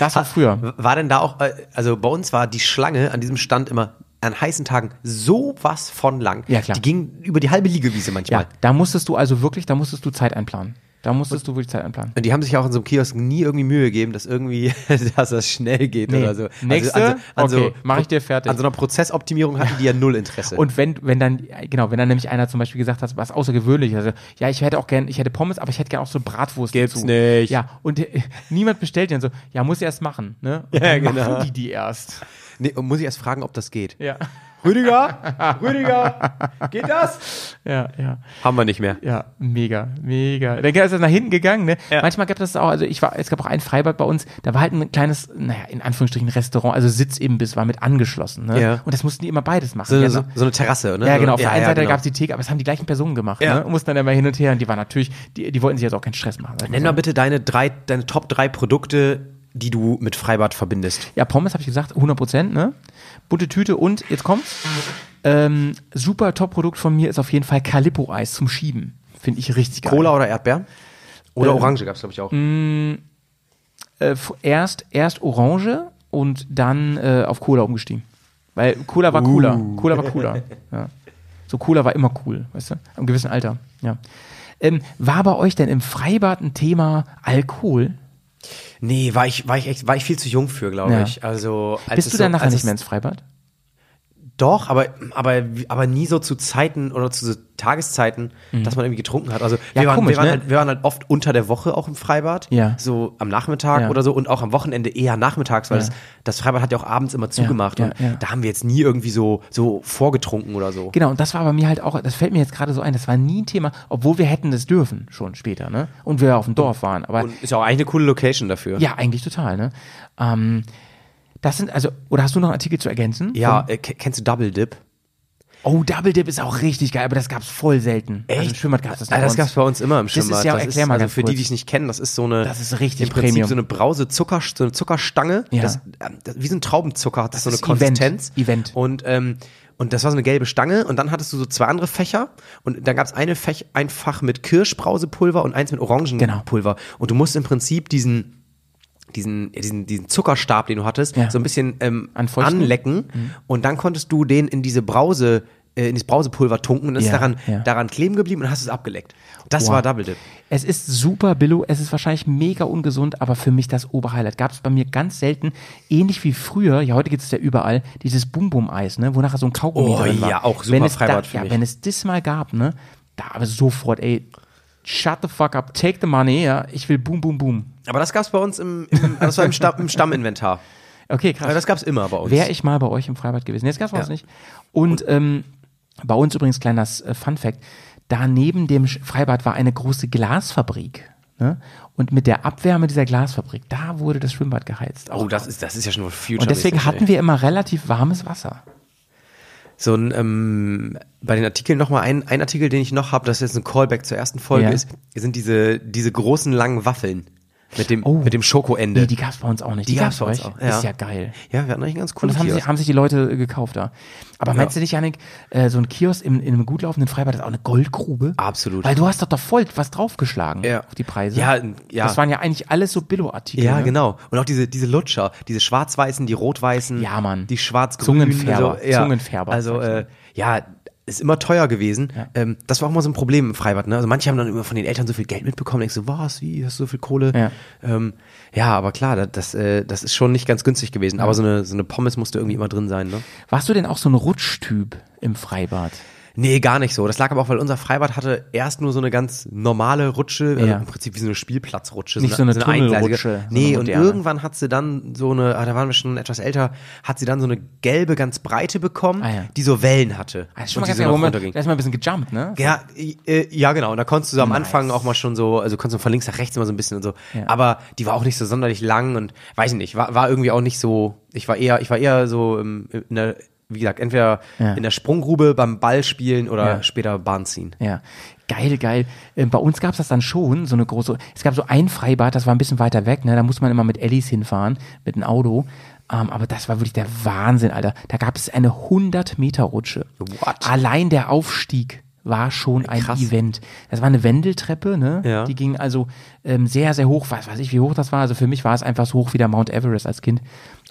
Das war früher. War denn da auch, äh, also bei uns war die Schlange an diesem Stand immer an heißen Tagen sowas von lang. Ja, klar. Die ging über die halbe Liegewiese manchmal. Ja, da musstest du also wirklich, da musstest du Zeit einplanen. Da musstest du wirklich Zeit einplanen. Und die haben sich auch in so einem Kiosk nie irgendwie Mühe gegeben, dass irgendwie, dass das schnell geht Nee. oder so. Also Nächste? an so, an so, Okay, mach ich dir fertig. An so einer Prozessoptimierung hatten die ja null Interesse. Und wenn, wenn dann, genau, wenn dann nämlich einer zum Beispiel gesagt hat, was außergewöhnliches, also, ja, ich hätte auch gern, ich hätte Pommes, aber ich hätte gern auch so Bratwurst Gibt's dazu. nicht. Ja, und äh, niemand bestellt die dann so, ja, muss erst machen, ne? Und Ja, dann genau. machen die die erst. nee, und muss ich erst fragen, ob das geht. Ja. Rüdiger, Rüdiger, geht das? Ja, ja. Haben wir nicht mehr. Ja, mega, mega. Dann ist das nach hinten gegangen, ne? Manchmal gab das auch, also ich war, es gab auch ein Freibad bei uns, da war halt ein kleines, naja, in Anführungsstrichen Restaurant, also Sitzimbiss war mit angeschlossen, ne? Ja. Und das mussten die immer beides machen. So, Die eine- hatten- so, so eine Terrasse, ne? Ja, genau. Auf der einen Seite genau. gab es die Theke, aber es haben die gleichen Personen gemacht. Ja. Ne? Und mussten dann immer hin und her. Und die waren natürlich, die, die wollten sich jetzt auch keinen Stress machen. sag ich mal Nenn so. mal bitte deine drei, deine Top 3 Produkte, die du mit Freibad verbindest. Ja, Pommes habe ich gesagt, 100 Prozent. Ne? Bunte Tüte und, jetzt kommt's, ähm, super Top-Produkt von mir ist auf jeden Fall Calippo-Eis zum Schieben. Finde ich richtig geil. Cola oder Erdbeer? Oder Ähm, Orange gab es, glaube ich, auch. Äh, f- erst, erst Orange und dann äh, auf Cola umgestiegen. Weil Cola war cooler. Uh. Cola war cooler. ja. So Cola war immer cool, weißt du? Am gewissen Alter, ja. Ähm, war bei euch denn im Freibad ein Thema Alkohol? Nee, war ich, war ich echt, war ich viel zu jung für, glaube Ja. ich. Also, als Bist es du so- dann nachher als nicht es- mehr ins Freibad? Doch, aber, aber, aber nie so zu Zeiten oder zu so Tageszeiten, dass man irgendwie getrunken hat. Also wir, Mhm. waren, komisch, wir, waren ne? halt, wir waren halt oft unter der Woche auch im Freibad. Ja. So am Nachmittag Ja. oder so und auch am Wochenende eher nachmittags, weil Ja. das, das Freibad hat ja auch abends immer zugemacht. ja, und ja. da haben wir jetzt nie irgendwie so, so vorgetrunken oder so. Genau, und das war bei mir halt auch, das fällt mir jetzt gerade so ein, das war nie ein Thema, obwohl wir hätten das dürfen schon später, ne? Und wir auf dem Dorf waren, aber Und ist ja auch eigentlich eine coole Location dafür. ja, eigentlich total, ne? Ähm, das sind also, oder hast du noch einen Artikel zu ergänzen? Ja, äh, ke- kennst du Double Dip? Oh, Double Dip ist auch richtig geil, aber das gab's voll selten. Also im Schwimmbad gab's das Ja, bei Ah, das uns. gab es bei uns immer im Schwimmbad. Das ist ja, erklär mal also ganz für die, kurz. die es nicht kennen, das ist so eine, Das ist richtig im Prinzip Premium. so eine Brause Zucker, so eine Zuckerstange, Ja. das, ähm, das, wie so ein Traubenzucker hat das, Das so eine ist Event, Konsistenz. Event. Und ähm, und das war so eine gelbe Stange und dann hattest du so zwei andere Fächer und dann gab es eine Fech, ein Fach mit Kirschbrausepulver und eins mit Orangenpulver Genau. und du musst im Prinzip diesen diesen, diesen, diesen Zuckerstab, den du hattest, Ja. so ein bisschen ähm, Anfeuchten? Mhm. anlecken und dann konntest du den in diese Brause, äh, in das Brausepulver tunken und ist Ja, daran, ja. daran kleben geblieben und hast es abgeleckt. Das Wow. war Double Dip. Es ist super billo, es ist wahrscheinlich mega ungesund, aber für mich das Oberhighlight. Gab es bei mir ganz selten, ähnlich wie früher, ja heute gibt es ja überall, dieses Bum-Bum-Eis, ne, wo nachher so ein Kaugummi Oh drin war. ja, auch super wenn es Freibad da, für ja, mich. Wenn es das mal gab, ne, da aber sofort, ey, shut the fuck up, take the money, ja, ich will Boom, Boom, Boom. Aber das gab es bei uns im, im, das war im, Stamm, im Stamminventar. Okay, Aber krass. das gab es immer bei uns. Wäre ich mal bei euch im Freibad gewesen. Jetzt gab es Ja. nicht. Und ähm, bei uns übrigens, kleiner äh, Fun Fact, da neben dem Sch- Freibad war eine große Glasfabrik. Ne? Und mit der Abwärme dieser Glasfabrik, da wurde das Schwimmbad geheizt. oh, das ist, das ist ja schon future Und deswegen hatten wir immer relativ warmes Wasser. so ein, ähm, bei den Artikeln nochmal ein, ein Artikel, den ich noch habe, das ist jetzt ein Callback zur ersten Folge Ja. ist, sind diese, diese großen langen Waffeln mit dem, Oh. mit dem Schokoende. Nee, die gab es bei uns auch nicht. Die gab's gab's euch? bei uns auch, ja. Ist ja geil. ja, wir hatten eigentlich ein ganz Und cooles das haben, Kiosk. sich, haben sich die Leute äh, gekauft da. Aber meinst du nicht, Janik, äh, so ein Kiosk im, in einem gut laufenden Freibad ist auch eine Goldgrube? Absolut. Weil du hast doch da voll was draufgeschlagen Ja. auf die Preise. Ja, n- ja. Das waren ja eigentlich alles so Billo-Artikel. Ja, ne? genau. Und auch diese, diese Lutscher, diese schwarz-weißen, die rot-weißen, Ja, Mann. die schwarz-grünen. Zungenfärber, So, ja. Zungenfärber, Also, sag ich äh, ja, ist immer teuer gewesen. Ähm, das war auch mal so ein Problem im Freibad. Ne? Also manche haben dann immer von den Eltern so viel Geld mitbekommen. Denkst du, was, wie, hast du so viel Kohle? Ja. ähm, ja aber klar, das, das, äh, das ist schon nicht ganz günstig gewesen. Aber so eine, so eine Pommes musste irgendwie immer drin sein. Ne? Warst du denn auch so ein Rutschtyp im Freibad? Nee, gar nicht so. Das lag aber auch, weil unser Freibad hatte erst nur so eine ganz normale Rutsche, also Ja. im Prinzip wie so eine Spielplatzrutsche. Nicht so eine eingleisige. Tunnelrutsche, so Nee, eine und moderne. irgendwann hat sie dann so eine, ah, da waren wir schon etwas älter, hat sie dann so eine gelbe, ganz breite bekommen, Ah, ja. die so Wellen hatte. Ah, das ist schon und mal ganz die so geil, nach wo man- runterging. Da ist man ein bisschen gejumpt, ne? Ja, äh, ja, genau. Und da konntest du so am Anfang auch mal schon so, also konntest du von links nach rechts immer so ein bisschen und so. Aber die war auch nicht so sonderlich lang und weiß ich nicht, war, war irgendwie auch nicht so. Ich war eher, ich war eher so ähm, in der, wie gesagt, entweder Ja. in der Sprunggrube beim Ball spielen oder Ja. später Bahn ziehen. Ja, geil, geil. Ähm, bei uns gab's das dann schon, so eine große, es gab so ein Freibad, das war ein bisschen weiter weg, ne? da muss man immer mit Ellis hinfahren, mit einem Auto. Ähm, aber das war wirklich der Wahnsinn, Alter. Da gab's eine 100-Meter-Rutsche. What? Allein der Aufstieg war schon ein Krass. Event. Das war eine Wendeltreppe, ne? Ja. Die ging also ähm, sehr, sehr hoch. Was weiß ich, wie hoch das war. Also für mich war es einfach so hoch wie der Mount Everest als Kind.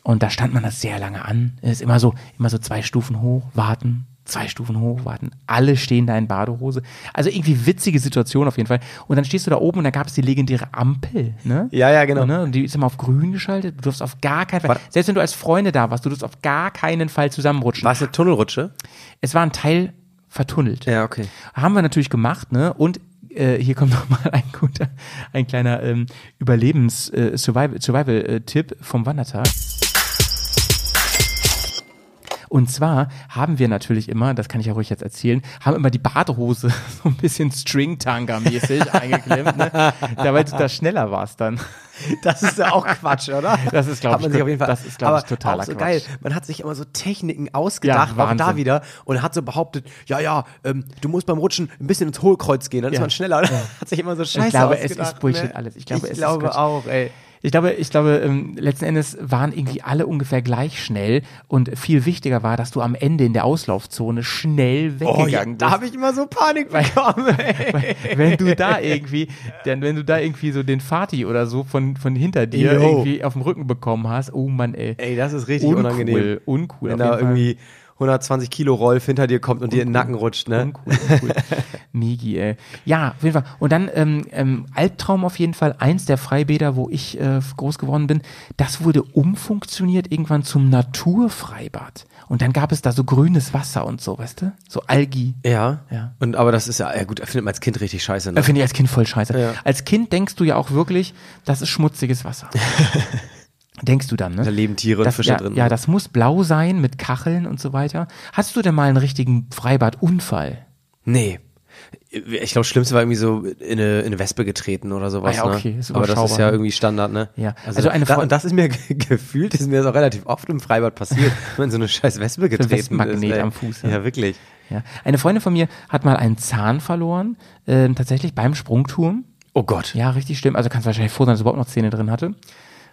Und da stand man das sehr lange an. Es ist immer so, immer so zwei Stufen hoch, warten, zwei Stufen hoch, warten. Alle stehen da in Badehose. Also irgendwie witzige Situation auf jeden Fall. Und dann stehst du da oben und da gab es die legendäre Ampel, ne? Ja, ja, genau. Ne? Und die ist immer auf grün geschaltet. Du durfst auf gar keinen Fall, War- selbst wenn du als Freunde da warst, du durfst auf gar keinen Fall zusammenrutschen. War es eine Tunnelrutsche? Es war ein Teil vertunnelt. Ja, okay. Haben wir natürlich gemacht, ne? Und äh, hier kommt nochmal ein guter, ein kleiner ähm, Überlebens-Survival-Tipp äh, vom Wandertag. Und zwar haben wir natürlich immer, das kann ich ja ruhig jetzt erzählen, haben immer die Badehose so ein bisschen String-Tanga-mäßig eingeklemmt, ne? Dabei du da schneller warst dann. Das ist ja auch Quatsch, oder? Das ist, glaub Hat man ich, sich auf jeden Fall. das ist, glaub ich, aber totaler auch so Quatsch. geil. Man hat sich immer so Techniken ausgedacht, Ja, auch da Wahnsinn. wieder, und hat so behauptet, ja, ja, ähm, du musst beim Rutschen ein bisschen ins Hohlkreuz gehen, dann ist Ja. man schneller. Hat sich immer so Scheiße ich glaube, es ausgedacht, ist Bullshit ne? alles. Ich glaube, ich es glaube ist Quatsch. auch, ey. Ich glaube, ich glaube, ähm, letzten Endes waren irgendwie alle ungefähr gleich schnell und viel wichtiger war, dass du am Ende in der Auslaufzone schnell Oh, ja, weggegangen da bist. habe ich immer so Panik bekommen, ey. Weil, wenn du da irgendwie, denn wenn du da irgendwie so den Fati oder so von, von hinter dir Jo. irgendwie auf dem Rücken bekommen hast, oh Mann, ey. Ey, das ist richtig Uncool, unangenehm. uncool, Wenn auf da jeden Fall. irgendwie 120 Kilo Rolf hinter dir kommt und dir in den Nacken rutscht, ne? Uncool, uncool. Migi, ey. Ja, auf jeden Fall. Und dann ähm, ähm, Albtraum auf jeden Fall, eins der Freibäder, wo ich äh, groß geworden bin, das wurde umfunktioniert irgendwann zum Naturfreibad. Und dann gab es da so grünes Wasser und so, weißt du? So Algi. Ja. Ja. Und aber das ist ja, ja gut, findet man als Kind richtig scheiße. Ne? Äh, Finde ich als Kind voll scheiße. Ja. Als Kind denkst du ja auch wirklich, das ist schmutziges Wasser. denkst du dann, ne? Da leben Tiere und das, Fische ja, drin. ne? Ja, das muss blau sein mit Kacheln und so weiter. Hast du denn mal einen richtigen Freibadunfall? Nee. Ich glaube, schlimmste war irgendwie so in eine, in eine Wespe getreten oder sowas. Ah ja, okay, ne? ist Aber das ist überschaubar, ja ne? irgendwie Standard, ne? Ja, Also, also eine da, Frau- und das ist mir ge- gefühlt, ist mir das auch relativ oft im Freibad passiert, wenn so eine scheiß Wespe getreten ist. Wespenmagnet ey. am Fuß, Ja, ja. wirklich. Ja. Eine Freundin von mir hat mal einen Zahn verloren, ähm, tatsächlich beim Sprungturm. Oh Gott. Ja, richtig schlimm. Also kannst wahrscheinlich froh sein, dass du überhaupt noch Zähne drin hatte.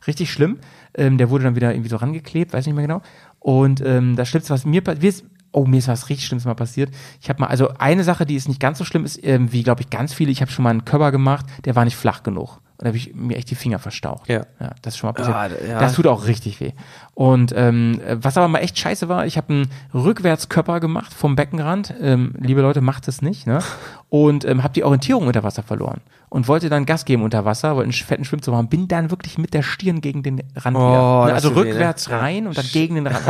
Richtig schlimm. Ähm, der wurde dann wieder irgendwie so rangeklebt, weiß nicht mehr genau. Und ähm, das Schlimmste, was mir passiert, oh, mir ist was richtig Schlimmes mal passiert. Ich habe mal, also eine Sache, die ist nicht ganz so schlimm, ist, ähm, wie glaube ich ganz viele, ich habe schon mal einen Körper gemacht, der war nicht flach genug. Und da habe ich mir echt die Finger verstaucht. Ja. ja das ist schon mal passiert. Ah, d- ja. Das tut auch richtig weh. Und ähm, äh, was aber mal echt scheiße war, ich habe einen Rückwärtskörper gemacht vom Beckenrand. Ähm, liebe Leute, macht es nicht. Ne? Und ähm, habe die Orientierung unter Wasser verloren und wollte dann Gas geben unter Wasser, wollte einen sch- fetten Schwimmzug machen, bin dann wirklich mit der Stirn gegen den Rand. Oh, wieder, ne? das Also tut weh, ne? rückwärts Ja. rein und dann gegen den Rand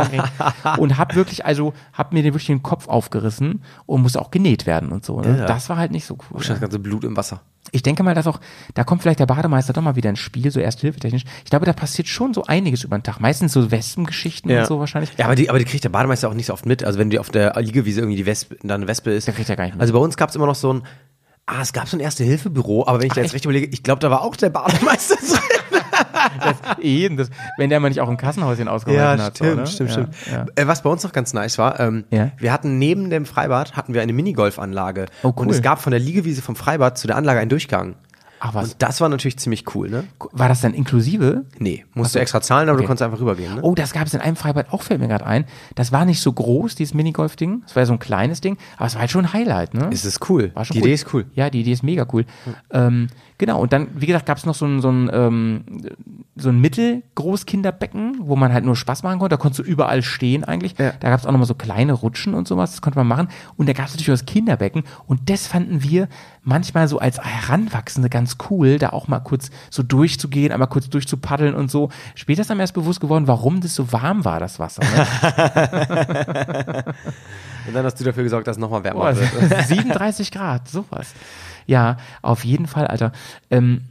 rein. und habe wirklich, also habe mir den wirklich den Kopf aufgerissen und musste auch genäht werden und so. Ne? Ja. Das war halt nicht so cool. Das ganze Blut im Wasser. Ich denke mal, dass auch, da kommt vielleicht der Bademeister doch mal wieder ins Spiel, so ersthilfetechnisch. Ich glaube, da passiert schon so einiges über den Tag. Meistens so Wespengeschichten und so wahrscheinlich. Ja, aber die, aber die kriegt der Bademeister auch nicht so oft mit. Also wenn die auf der Liegewiese irgendwie die Wespe, dann eine Wespe ist. Der kriegt ja gar nicht mit. Also bei uns gab es immer noch so ein, ah, es gab so ein Erste-Hilfe-Büro, aber wenn ich da jetzt echt? recht überlege, ich glaube, da war auch der Bademeister drin. Eben, das, wenn der mal nicht auch im Kassenhäuschen ausgeholfen hat. so, ne? stimmt, ja, stimmt. Ja. Äh, Was bei uns noch ganz nice war, ähm, Ja. wir hatten neben dem Freibad hatten wir eine Minigolfanlage Oh, cool. und es gab von der Liegewiese vom Freibad zu der Anlage einen Durchgang. Ach was. Und das war natürlich ziemlich cool, ne? War das dann inklusive? Nee, musst du extra zahlen, aber du Okay. konntest einfach rübergehen, ne? Oh, das gab es in einem Freibad auch, fällt mir gerade ein. Das war nicht so groß, dieses Minigolf-Ding. Es war ja so ein kleines Ding, aber es war halt schon ein Highlight, ne? Es ist cool. War schon die Idee ist cool. Ja, die Idee ist mega cool. Ähm, genau, und dann, wie gesagt, gab es noch so ein, so ein, ähm, so ein Mittelgroßkinderbecken, wo man halt nur Spaß machen konnte. Da konntest du überall stehen eigentlich. Ja. Da gab es auch nochmal so kleine Rutschen und sowas, das konnte man machen. Und da gab es natürlich auch das Kinderbecken. Und das fanden wir manchmal so als Heranwachsende ganz cool, da auch mal kurz so durchzugehen, einmal kurz durchzupaddeln und so. Später ist dann erst bewusst geworden, warum das so warm war, das Wasser. Ne? Und dann hast du dafür gesorgt, dass es nochmal wärmer Boah, wird. 37 Grad, sowas. Ja, auf jeden Fall, Alter. Ähm,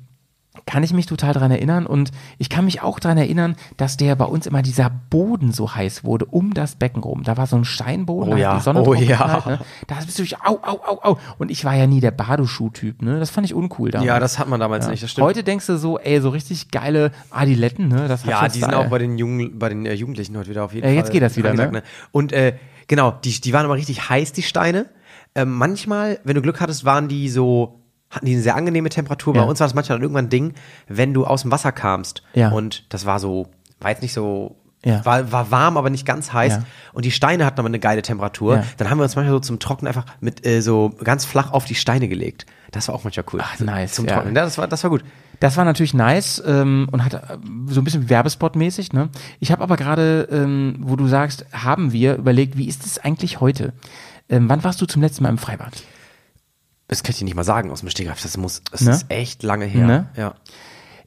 kann ich mich total dran erinnern und ich kann mich auch dran erinnern, dass der bei uns immer dieser Boden so heiß wurde, um das Becken rum. Da war so ein Steinboden, Oh da hat ja, die Sonne oh drauf ja. geknallt, ne? Da bist du durch, au, au, au, au. Und ich war ja nie der Badeschuh-Typ, ne? Das fand ich uncool damals. Ja, das hat man damals nicht, das stimmt. Heute denkst du so, ey, so richtig geile Adiletten, ne? Das hat Ja, schon die sind Style. auch bei den, Jungen, bei den äh, Jugendlichen heute wieder auf jeden Ja, Fall. jetzt geht das wieder, angesagt, ne? Und äh, genau, die, die waren immer richtig heiß, die Steine. Ähm, manchmal, wenn du Glück hattest, waren die so, hatten die eine sehr angenehme Temperatur. Bei Ja. uns war das manchmal dann irgendwann ein Ding, wenn du aus dem Wasser kamst. Ja. Und das war so, war jetzt nicht so Ja. War, war warm, aber nicht ganz heiß. Ja. Und die Steine hatten aber eine geile Temperatur. Ja. Dann haben wir uns manchmal so zum Trocknen einfach mit äh, so ganz flach auf die Steine gelegt. Das war auch manchmal cool. Ach, nice, Zum ja. Trocknen. Ja, das war, das war gut. Das war natürlich nice ähm, und hat äh, so ein bisschen Werbespot-mäßig. Ne? Ich habe aber gerade, ähm, wo du sagst, haben wir überlegt, wie ist es eigentlich heute? Ähm, wann warst du zum letzten Mal im Freibad? Das kann ich dir nicht mal sagen aus dem Stegreif. Das muss, das Ne? ist echt lange her. Ne? Ja.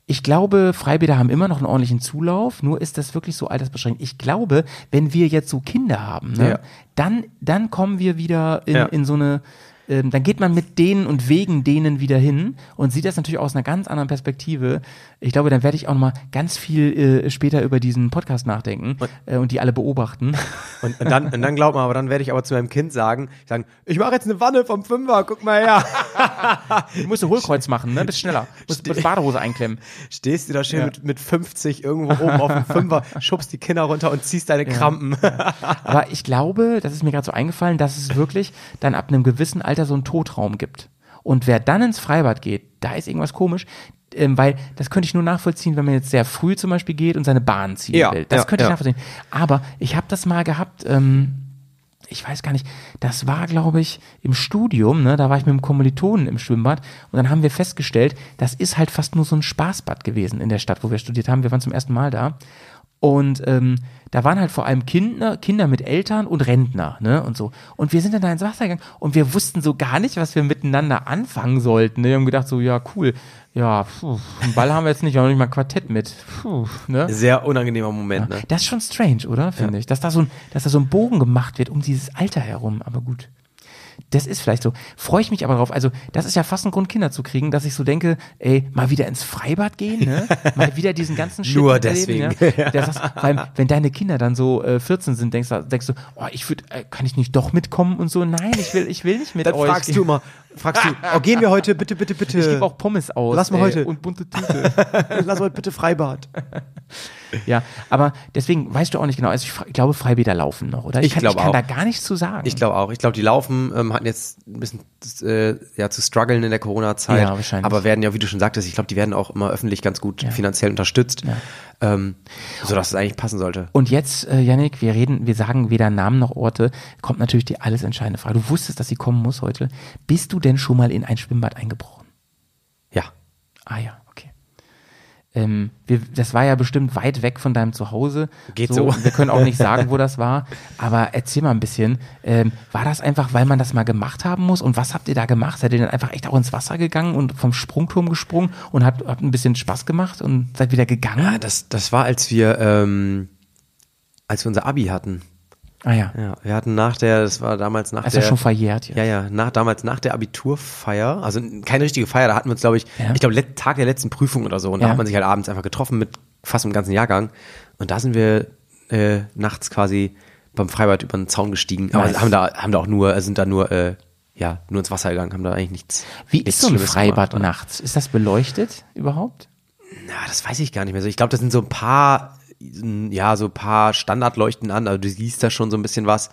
Ich glaube, Freibäder haben immer noch einen ordentlichen Zulauf, nur ist das wirklich so altersbeschränkt. Ich glaube, wenn wir jetzt so Kinder haben, ne, Ja. dann, dann kommen wir wieder in, Ja. in so eine, ähm, dann geht man mit denen und wegen denen wieder hin und sieht das natürlich aus einer ganz anderen Perspektive. Ich glaube, dann werde ich auch nochmal ganz viel äh, später über diesen Podcast nachdenken Und- äh, und die alle beobachten. Und, und dann, und dann glaub mal, aber dann werde ich aber zu meinem Kind sagen, sagen, ich mache jetzt eine Wanne vom Fünfer, guck mal her. Du musst ein Hohlkreuz machen, ne? Bist schneller. Musst, musst Badehose einklemmen. Stehst du da schön Ja. mit, mit 50 irgendwo oben auf dem Fünfer, schubst die Kinder runter und ziehst deine Krampen. Aber ich glaube, das ist mir gerade so eingefallen, dass es wirklich dann ab einem gewissen Alter so einen Totraum gibt. Und wer dann ins Freibad geht, da ist irgendwas komisch, ähm, weil das könnte ich nur nachvollziehen, wenn man jetzt sehr früh zum Beispiel geht und seine Bahn ziehen Ja, will. Das ja, könnte ich ja. nachvollziehen. Aber ich habe das mal gehabt, ähm, ich weiß gar nicht, das war, glaube ich, im Studium, ne, da war ich mit einem Kommilitonen im Schwimmbad und dann haben wir festgestellt, das ist halt fast nur so ein Spaßbad gewesen in der Stadt, wo wir studiert haben. Wir waren zum ersten Mal da. Und ähm, da waren halt vor allem Kinder, Kinder mit Eltern und Rentner, ne? Und so. Und wir sind dann da ins Wasser gegangen und wir wussten so gar nicht, was wir miteinander anfangen sollten. Ne? Wir haben gedacht, so, ja, cool, ja, puh, einen Ball haben wir jetzt nicht, wir haben nicht mal ein Quartett mit. Puh, ne? Sehr unangenehmer Moment, ne? Das ist schon strange, oder? Finde ich. Dass da, so ein, dass da so ein Bogen gemacht wird um dieses Alter herum. Aber gut. Das ist vielleicht so. Freue ich mich aber drauf. Also, das ist ja fast ein Grund, Kinder zu kriegen, dass ich so denke, ey, mal wieder ins Freibad gehen, ne? Mal wieder diesen ganzen Shit Nur miterleben, deswegen. Ja? Das, vor allem, wenn deine Kinder dann so äh, 14 sind, denkst, du- denkst du, oh, ich würd, äh, kann ich nicht doch mitkommen und so? Nein, ich will, Oh, ich will nicht mit Dann euch. fragst du immer, fragst du, oh, gehen wir heute, bitte, bitte, bitte. ich gebe auch Pommes aus. Lass mal ey, heute. Und bunte Tüte. Lass heute bitte Freibad. Ja, aber deswegen weißt du auch nicht genau. Also ich, fra- ich glaube, Freibäder laufen noch, oder? Ich, Ich kann, glaube ich kann auch. da gar nichts zu sagen. Ich glaube auch. Ich glaube, die laufen, ähm, hatten jetzt ein bisschen äh, ja, zu strugglen in der Corona-Zeit. Ja, wahrscheinlich. Aber werden ja, wie du schon sagtest, ich glaube, die werden auch immer öffentlich ganz gut finanziell unterstützt. Ähm, sodass es eigentlich passen sollte. Und jetzt, äh, Yannick, wir reden, wir sagen weder Namen noch Orte, kommt natürlich die alles entscheidende Frage. Du wusstest, dass sie kommen muss heute. Bist du denn schon mal in ein Schwimmbad eingebrochen? Ja. Ah ja, okay. Ähm, wir, das war ja bestimmt weit weg von deinem Zuhause. Geht so. Wir können auch nicht sagen, wo das war. Aber erzähl mal ein bisschen. Ähm, war das einfach, weil man das mal gemacht haben muss? Und was habt ihr da gemacht? Seid ihr dann einfach echt auch ins Wasser gegangen und vom Sprungturm gesprungen und habt, habt ein bisschen Spaß gemacht und seid wieder Ah, gegangen? das, das war, als wir, ähm, als wir unser Abi hatten. Ah ja. Ja, wir hatten nach der, das war damals nach Also der. schon verjährt jetzt. Ja, ja, nach, damals nach der Abiturfeier, also keine richtige Feier, da hatten wir uns, glaube ich, Ja. ich glaube, let- Tag der letzten Prüfung oder so. Und Ja. da hat man sich halt abends einfach getroffen mit fast dem ganzen Jahrgang. Und da sind wir äh, nachts quasi beim Freibad über den Zaun gestiegen. Nice. Aber haben da, haben da auch nur, sind da nur, äh, ja, nur ins Wasser gegangen, haben da eigentlich nichts. Wie nichts ist so ein Schlimmes Freibad gemacht. nachts? Ist das beleuchtet überhaupt? Ja, das weiß ich gar nicht mehr so. Ich glaube, das sind so ein paar, ja, so ein paar Standardleuchten an. Also du siehst da schon so ein bisschen was.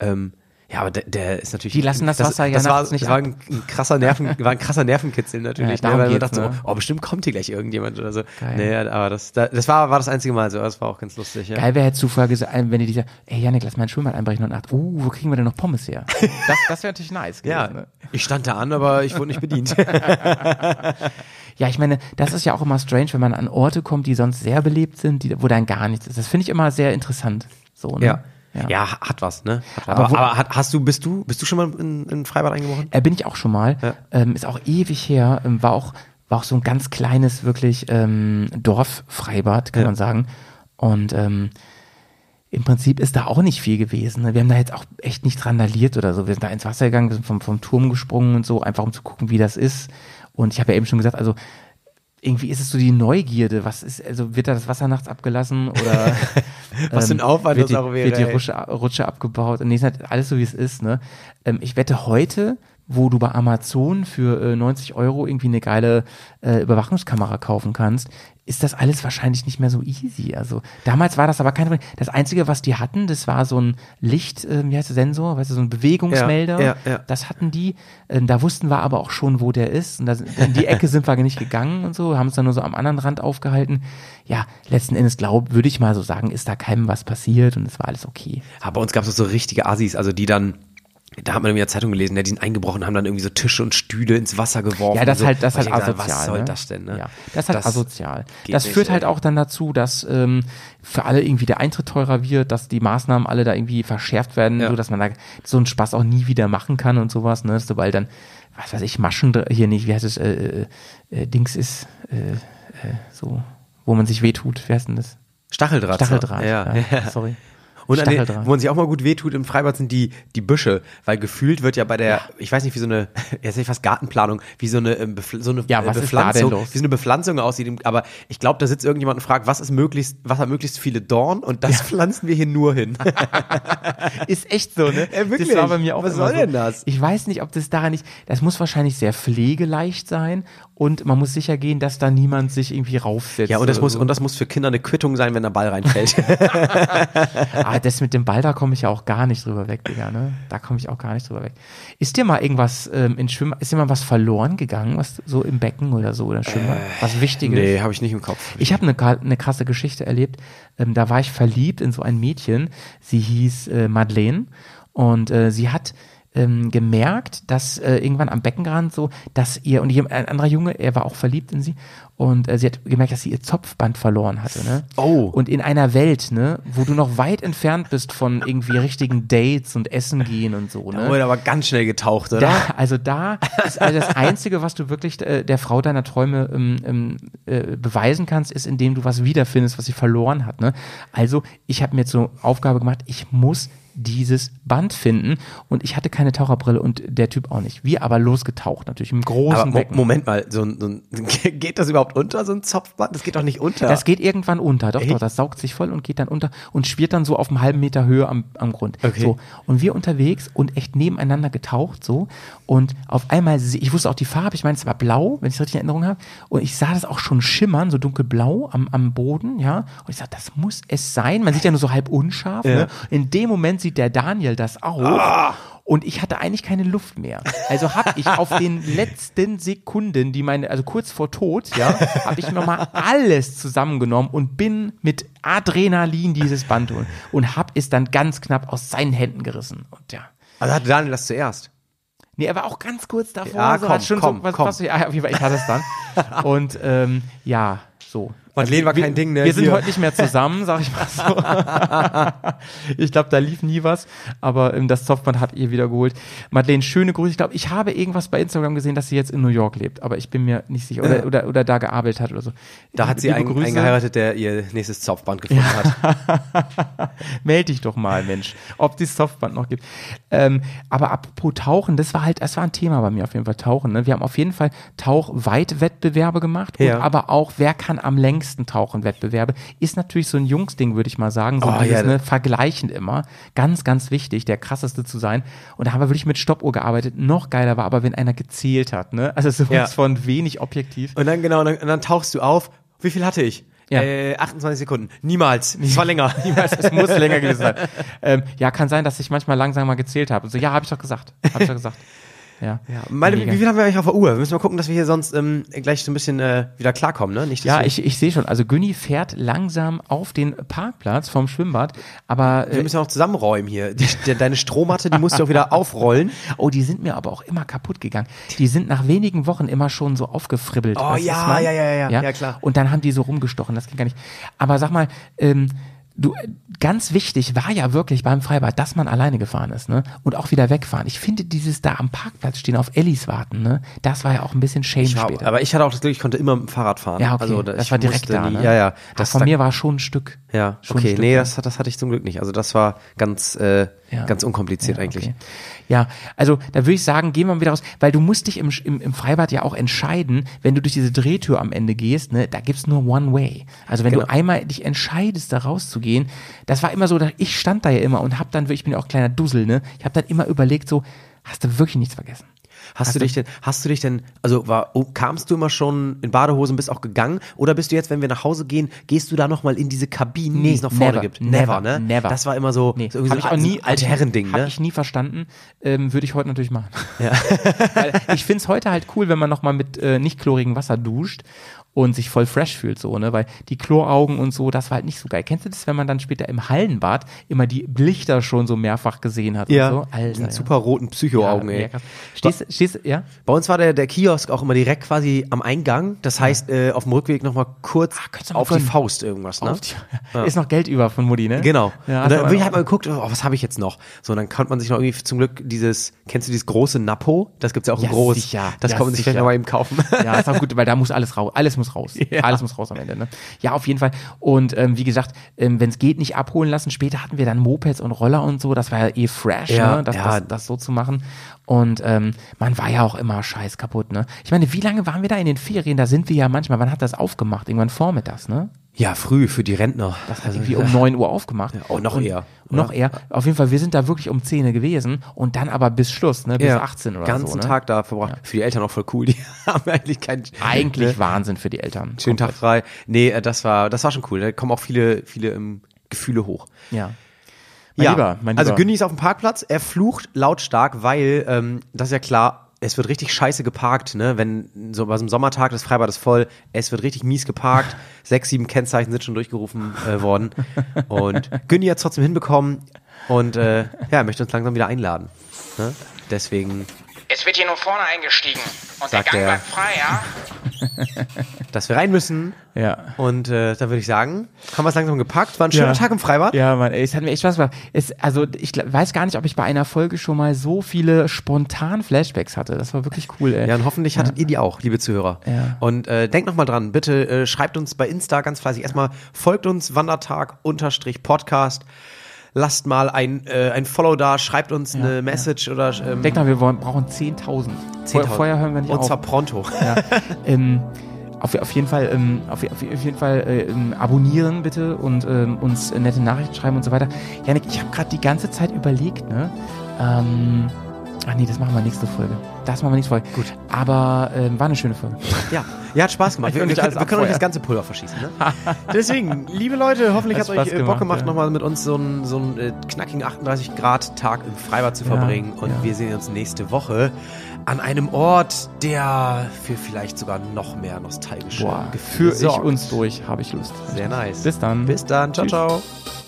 Ähm, ja, aber der, der ist natürlich. Die lassen das Wasser ja das war, nachts nicht das war ab. ein, ein krasser Nerven, war ein krasser Nervenkitzel natürlich. Ja, darum ne, weil man geht's, dachte ne? so, oh, bestimmt kommt hier gleich irgendjemand oder so. Geil. Naja, aber das, da- das war, war das einzige Mal so. Das war auch ganz lustig. Ja. Geil wäre jetzt Zufall gesagt, wenn die dieser, ey Janik, lass mal ein Schwimmbad einbrechen und nacht. Uh, wo kriegen wir denn noch Pommes her? Das, das wäre natürlich nice gewesen. Ja, ne? ich stand da an, aber ich wurde nicht bedient. Ja, ich meine, das ist ja auch immer strange, wenn man an Orte kommt, die sonst sehr belebt sind, die, wo dann gar nichts ist. Das finde ich immer sehr interessant. So, ne? ja. ja. Ja. hat was, ne? Hat was. Aber Aber, wo- aber, hat, hast du, bist du, bist du schon mal in, in ein Freibad eingebrochen? Äh, bin ich auch schon mal. Ja. Ähm, ist auch ewig her. Ähm, war auch war auch so ein ganz kleines wirklich ähm, Dorffreibad, kann Ja. man sagen. Und ähm, im Prinzip ist da auch nicht viel gewesen. ne? Wir haben da jetzt auch echt nicht randaliert oder so. Wir sind da ins Wasser gegangen, wir sind vom, vom Turm gesprungen und so, einfach um zu gucken, wie das ist. Und ich habe ja eben schon gesagt, also irgendwie ist es so die Neugierde. Was ist, also wird da das Wasser nachts abgelassen oder ähm, Was für ein Aufwand wird das die, auch wäre, Wird die ey. Rutsche, Rutsche abgebaut und nee, ist halt alles so, wie es ist. Ne? Ähm, ich wette, heute wo du bei Amazon für äh, 90 Euro irgendwie eine geile äh, Überwachungskamera kaufen kannst, ist das alles wahrscheinlich nicht mehr so easy. Also damals war das aber kein Problem. Das Einzige, was die hatten, das war so ein Licht, äh, wie heißt der Sensor, weißt du, so ein Bewegungsmelder. Ja, ja, ja. Das hatten die. Ähm, da wussten wir aber auch schon, wo der ist. Und da, sind- in die Ecke sind wir nicht gegangen und so, haben es dann nur so am anderen Rand aufgehalten. Ja, letzten Endes glaub, würde ich mal so sagen, ist da keinem was passiert und es war alles okay. Aber bei uns gab es so richtige Assis, also die dann, da hat man in der Zeitung gelesen, ja, die sind eingebrochen, haben dann irgendwie so Tische und Stühle ins Wasser geworfen. Ja, das und so. halt, das Wo ich halt denke, asozial. Was soll ne? das denn? Ne? Ja, das ist halt asozial. geht Das nicht, führt halt ey. auch dann dazu, dass ähm, für alle irgendwie der Eintritt teurer wird, dass die Maßnahmen alle da irgendwie verschärft werden, Ja. so dass man da so einen Spaß auch nie wieder machen kann und sowas, ne? Sobald dann, was weiß ich, Maschen dr- hier nicht, wie heißt es, äh, äh, äh, Dings ist, äh, äh, so, wo man sich wehtut, wie heißt denn das? Stacheldraht. Stacheldraht. Ja. ja. Sorry. Und an den, Stacheldraht. wo man sich auch mal gut wehtut im Freibad sind die, die Büsche, weil gefühlt wird ja bei der, ich weiß nicht, wie so eine, jetzt nicht fast Gartenplanung, wie so eine, ähm, Befl- so eine Ja, äh, was ist da denn Bepflanzung, los? wie so eine Bepflanzung aussieht. im- Aber ich glaube, da sitzt irgendjemand und fragt, was ist möglichst, was hat möglichst viele Dorn und das pflanzen wir hier nur hin. Ist echt so, ne? Ja, wirklich. Das war bei mir auch Was immer soll so. denn das? Ich weiß nicht, ob das daran nicht. Das muss wahrscheinlich sehr pflegeleicht sein und man muss sicher gehen, dass da niemand sich irgendwie raufsetzt. ja, und das oder muss, so. und das muss für Kinder eine Quittung sein, wenn der Ball reinfällt. Ah, das mit dem Ball, da komme ich ja auch gar nicht drüber weg, Digga, ne? Da komme ich auch gar nicht drüber weg. Ist dir mal irgendwas ähm, in Schwimmen, ist dir mal was verloren gegangen, was so im Becken oder so oder Schwimmen? was Wichtiges? Äh, nee, habe ich nicht im Kopf. Ich habe eine, eine ne krasse Geschichte erlebt. Ähm, da war ich verliebt in so ein Mädchen. Sie hieß äh, Madeleine und äh, sie hat ähm, gemerkt, dass äh, irgendwann am Beckenrand so, dass ihr und ihr, ein anderer Junge, er war auch verliebt in sie und äh, sie hat gemerkt, dass sie ihr Zopfband verloren hatte. Ne? Oh. Und in einer Welt, ne, wo du noch weit entfernt bist von irgendwie richtigen Dates und Essen gehen und so. Ne? Wurde aber ganz schnell getaucht, oder? Da, also da ist also das Einzige, was du wirklich äh, der Frau deiner Träume ähm, ähm, äh, beweisen kannst, ist, indem du was wiederfindest, was sie verloren hat. Ne? Also ich habe mir jetzt so Aufgabe gemacht, ich muss dieses Band finden und ich hatte keine Taucherbrille und der Typ auch nicht. Wir aber losgetaucht natürlich im großen aber Mo Becken. Moment mal, so ein, so ein, geht das überhaupt unter, so ein Zopfband? Das geht doch nicht unter. Das geht irgendwann unter, doch, doch, Echt? das saugt sich voll und geht dann unter und schwirrt dann so auf einem halben Meter Höhe am, am Grund. Okay. So. Und wir unterwegs und echt nebeneinander getaucht, so. Und auf einmal, se- ich wusste auch die Farbe, ich meine, es war blau, wenn ich es richtig in Erinnerung habe. Und ich sah das auch schon schimmern, so dunkelblau am, am Boden, ja. Und ich sagte, das muss es sein. Man sieht ja nur so halb unscharf, ne? In dem Moment sieht der Daniel das auch. Und ich hatte eigentlich keine Luft mehr. Also habe ich auf den letzten Sekunden, die meine, also kurz vor Tod, ja, habe ich nochmal alles zusammengenommen und bin mit Adrenalin dieses Band holen und habe es dann ganz knapp aus seinen Händen gerissen. Und ja. also hatte Daniel das zuerst. Nee, er war auch ganz kurz davor. Ja, Ah, komm, hat schon komm, so, was, komm. Was, ja, auf jeden Fall, ich hatte es dann. Und ähm, ja, so. Also Madeleine war kein Ding, ne? Wir sind Hier. heute nicht mehr zusammen, sag ich mal so. ich glaube, da lief nie was, aber ähm, das Zopfband habt ihr wieder geholt. Madeleine, schöne Grüße. Ich glaube, ich habe irgendwas bei Instagram gesehen, dass sie jetzt in New York lebt, aber ich bin mir nicht sicher. Oder, oder, oder da gearbeitet hat oder so. Äh. Da hat sie Liebe einen, Grüße. einen geheiratet, der ihr nächstes Zopfband gefunden hat. Meld dich doch mal, Mensch, ob die Softband noch gibt. Ähm, aber apropos Tauchen, das war halt, das war ein Thema bei mir auf jeden Fall, Tauchen. Ne? Wir haben auf jeden Fall Tauchweitwettbewerbe gemacht, Ja. und aber auch, wer kann am längsten tauchen, Wettbewerbe, ist natürlich so ein Jungsding, würde ich mal sagen. So Oh, dieses, ja. ne, vergleichend immer. Ganz, ganz wichtig, der krasseste zu sein. Und da haben wir wirklich mit Stoppuhr gearbeitet. Noch geiler war aber, wenn einer gezählt hat. Ne? Also sowas Ja. von wenig objektiv. Und dann genau, und dann, und dann tauchst du auf. Wie viel hatte ich? Ja. Äh, 28 Sekunden. Niemals. Es war länger. Niemals, es muss länger gewesen sein. Ähm, ja, kann sein, dass ich manchmal langsam mal gezählt habe. Und so, ja, habe ich doch gesagt. Habe ich doch gesagt. Ja. Ja, Meine, wie Mega. wie viel haben wir eigentlich auf der Uhr? Wir müssen mal gucken, dass wir hier sonst ähm, gleich so ein bisschen äh, wieder klarkommen, ne? Nicht, dass Ja, wir, ich, ich sehe schon. Also Günni fährt langsam auf den Parkplatz vom Schwimmbad, aber wir äh, müssen ja noch zusammenräumen hier. Die, de- deine Strohmatte, die musst du auch wieder aufrollen. oh, die sind mir aber auch immer kaputt gegangen. Die sind nach wenigen Wochen immer schon so aufgefribbelt. Oh, Weißt du, ja, was ich meine? ja, ja, ja, ja, klar. Und dann haben die so rumgestochen, das ging gar nicht. Aber sag mal, ähm, du, äh, ganz wichtig war ja wirklich beim Freibad, dass man alleine gefahren ist, ne? Und auch wieder wegfahren. Ich finde dieses da am Parkplatz stehen, auf Ellis warten, ne? Das war ja auch ein bisschen Shame später. Aber ich hatte auch das Glück, ich konnte immer mit dem Fahrrad fahren. ja, okay. Also, da- das ich war direkt musste da. nie- Ne? Ja, ja. Das Ach, von da- mir war schon ein Stück. Ja, schon ein okay. Stück, Nee, ne? das, hat- das hatte ich zum Glück nicht. Also das war ganz, äh, Ja. ganz unkompliziert Ja, eigentlich. Okay. Ja, also da würde ich sagen, gehen wir mal wieder raus, weil du musst dich im, Sch- im, im Freibad ja auch entscheiden, wenn du durch diese Drehtür am Ende gehst, ne, da gibt's nur One Way. Also wenn du einmal dich entscheidest, da rauszugehen, das war immer so, da- ich stand da ja immer und hab dann, wirklich- ich bin ja auch kleiner Dussel, ne, ich habe dann immer überlegt, so, hast du wirklich nichts vergessen? Hast, du dich denn, hast du dich denn, also war, oh, kamst du immer schon in Badehosen, bist auch gegangen? Oder bist du jetzt, wenn wir nach Hause gehen, gehst du da nochmal in diese Kabinen, die Nee, es noch vorne never, gibt? never, ne? never. Das war immer so, Nee, so, irgendwie hab so ich auch nie, alte Herrending, Hab ne? ich nie verstanden. Ähm, Würde ich heute natürlich machen. Weil ich find's heute halt cool, wenn man nochmal mit äh, nicht chlorigem Wasser duscht und sich voll fresh fühlt, so, ne? Weil die Chloraugen und so, das war halt nicht so geil. Kennst du das, wenn man dann später im Hallenbad immer die Lichter schon so mehrfach gesehen hat ja, und so? Alter, diesen ja. super roten Psychoaugen, ja, ey. mega krass. Stehst, stehst, ja? Bei uns war der, der Kiosk auch immer direkt quasi am Eingang. Das heißt, äh, auf dem Rückweg nochmal kurz könntest du mal auf die gönnen. Faust irgendwas, ne? Auf die- Ist noch Geld über von Mutti, ne? Genau. Ja, und hast dann du bin ich aber- halt mal geguckt, oh, was habe ich jetzt noch? So, und dann konnte man sich noch irgendwie zum Glück dieses, kennst du dieses große Nappo? Das gibt's ja auch in Ja, groß. sicher. Das Ja, kann man sich vielleicht sicher. noch mal eben kaufen. Ja, ist auch gut, weil da muss alles raus. Alles muss raus. Alles muss raus am Ende. Ne? Ja, auf jeden Fall. Und ähm, wie gesagt, ähm, wenn es geht, nicht abholen lassen. Später hatten wir dann Mopeds und Roller und so. Das war ja eh fresh, Ja, ne? das, ja. das, das so zu machen. Und ähm, man war ja auch immer scheiß kaputt. Ne? Ich meine, wie lange waren wir da in den Ferien? Da sind wir ja manchmal. Wann hat das aufgemacht? Irgendwann vormittags, ne? Ja, früh für die Rentner. Das hat irgendwie um 9 Uhr aufgemacht. Also, oh, noch und, eher, Noch eher. Auf jeden Fall, wir sind da wirklich um 10 Uhr gewesen und dann aber bis Schluss, ne? Bis 18 oder ganzen so. Ne? Tag da verbracht. Für die Eltern auch voll cool. Die haben eigentlich keinen Eigentlich ne? Wahnsinn für die Eltern. schönen Tag frei. Nee, äh, das war das war schon cool. Da kommen auch viele viele ähm, Gefühle hoch. Ja. Mein Lieber, mein also Lieber. Günni ist auf dem Parkplatz, er flucht lautstark, weil, ähm, das ist ja klar, es wird richtig scheiße geparkt, ne? Wenn so bei so einem Sommertag, das Freibad ist voll, es wird richtig mies geparkt, sechs, sieben Kennzeichen sind schon durchgerufen äh, worden. Und Günni hat es trotzdem hinbekommen und äh, ja, möchte uns langsam wieder einladen. Ne? Deswegen, Es wird hier nur vorne eingestiegen und Sagt der Gang er. bleibt frei, ja? dass wir rein müssen. Ja. Und äh, da würde ich sagen, haben wir es langsam gepackt. War ein schöner Ja. Tag im Freibad. Ja, Mann, ey, es hat mir echt Spaß gemacht. Es, also, ich gl- weiß gar nicht, ob ich bei einer Folge schon mal so viele spontan Flashbacks hatte. Das war wirklich cool, ey. Ja, und hoffentlich hattet ihr die auch, liebe Zuhörer. Ja. Und äh, denkt nochmal dran, bitte äh, schreibt uns bei Insta ganz fleißig. Erstmal folgt uns Wandertag-Podcast. Lasst mal ein, äh, ein Follow da, schreibt uns eine Message oder ähm, Denk mal, wir wollen, brauchen 10.000. 10.000. Vorher hören wir nicht Und auf. zwar pronto. ähm, auf, auf jeden Fall, ähm, auf, auf auf jeden Fall äh, ähm, abonnieren bitte und ähm, uns äh, nette Nachrichten schreiben und so weiter. Janik, ich habe gerade die ganze Zeit überlegt, ne? Ähm, ach nee, das machen wir nächste Folge. Das machen wir nächste Folge. Gut. Aber ähm, war eine schöne Folge. Ja, ja, hat Spaß gemacht. Ich Wir, will wir nicht können, alles wir können euch abfeuern. das ganze Pulver verschießen. Ne? Deswegen, liebe Leute, hoffentlich hat Hat es euch Spaß äh, gemacht, Bock gemacht, ja. nochmal mit uns so einen, so einen äh, knackigen 38-Grad-Tag im Freibad zu Ja, verbringen. Und ja. wir sehen uns nächste Woche an einem Ort, der für vielleicht sogar noch mehr nostalgische Boah, Gefühle führe ich sorgt. uns durch, habe ich Lust. Sehr nice. Bis dann. Bis dann. Ciao, Tschüss. ciao.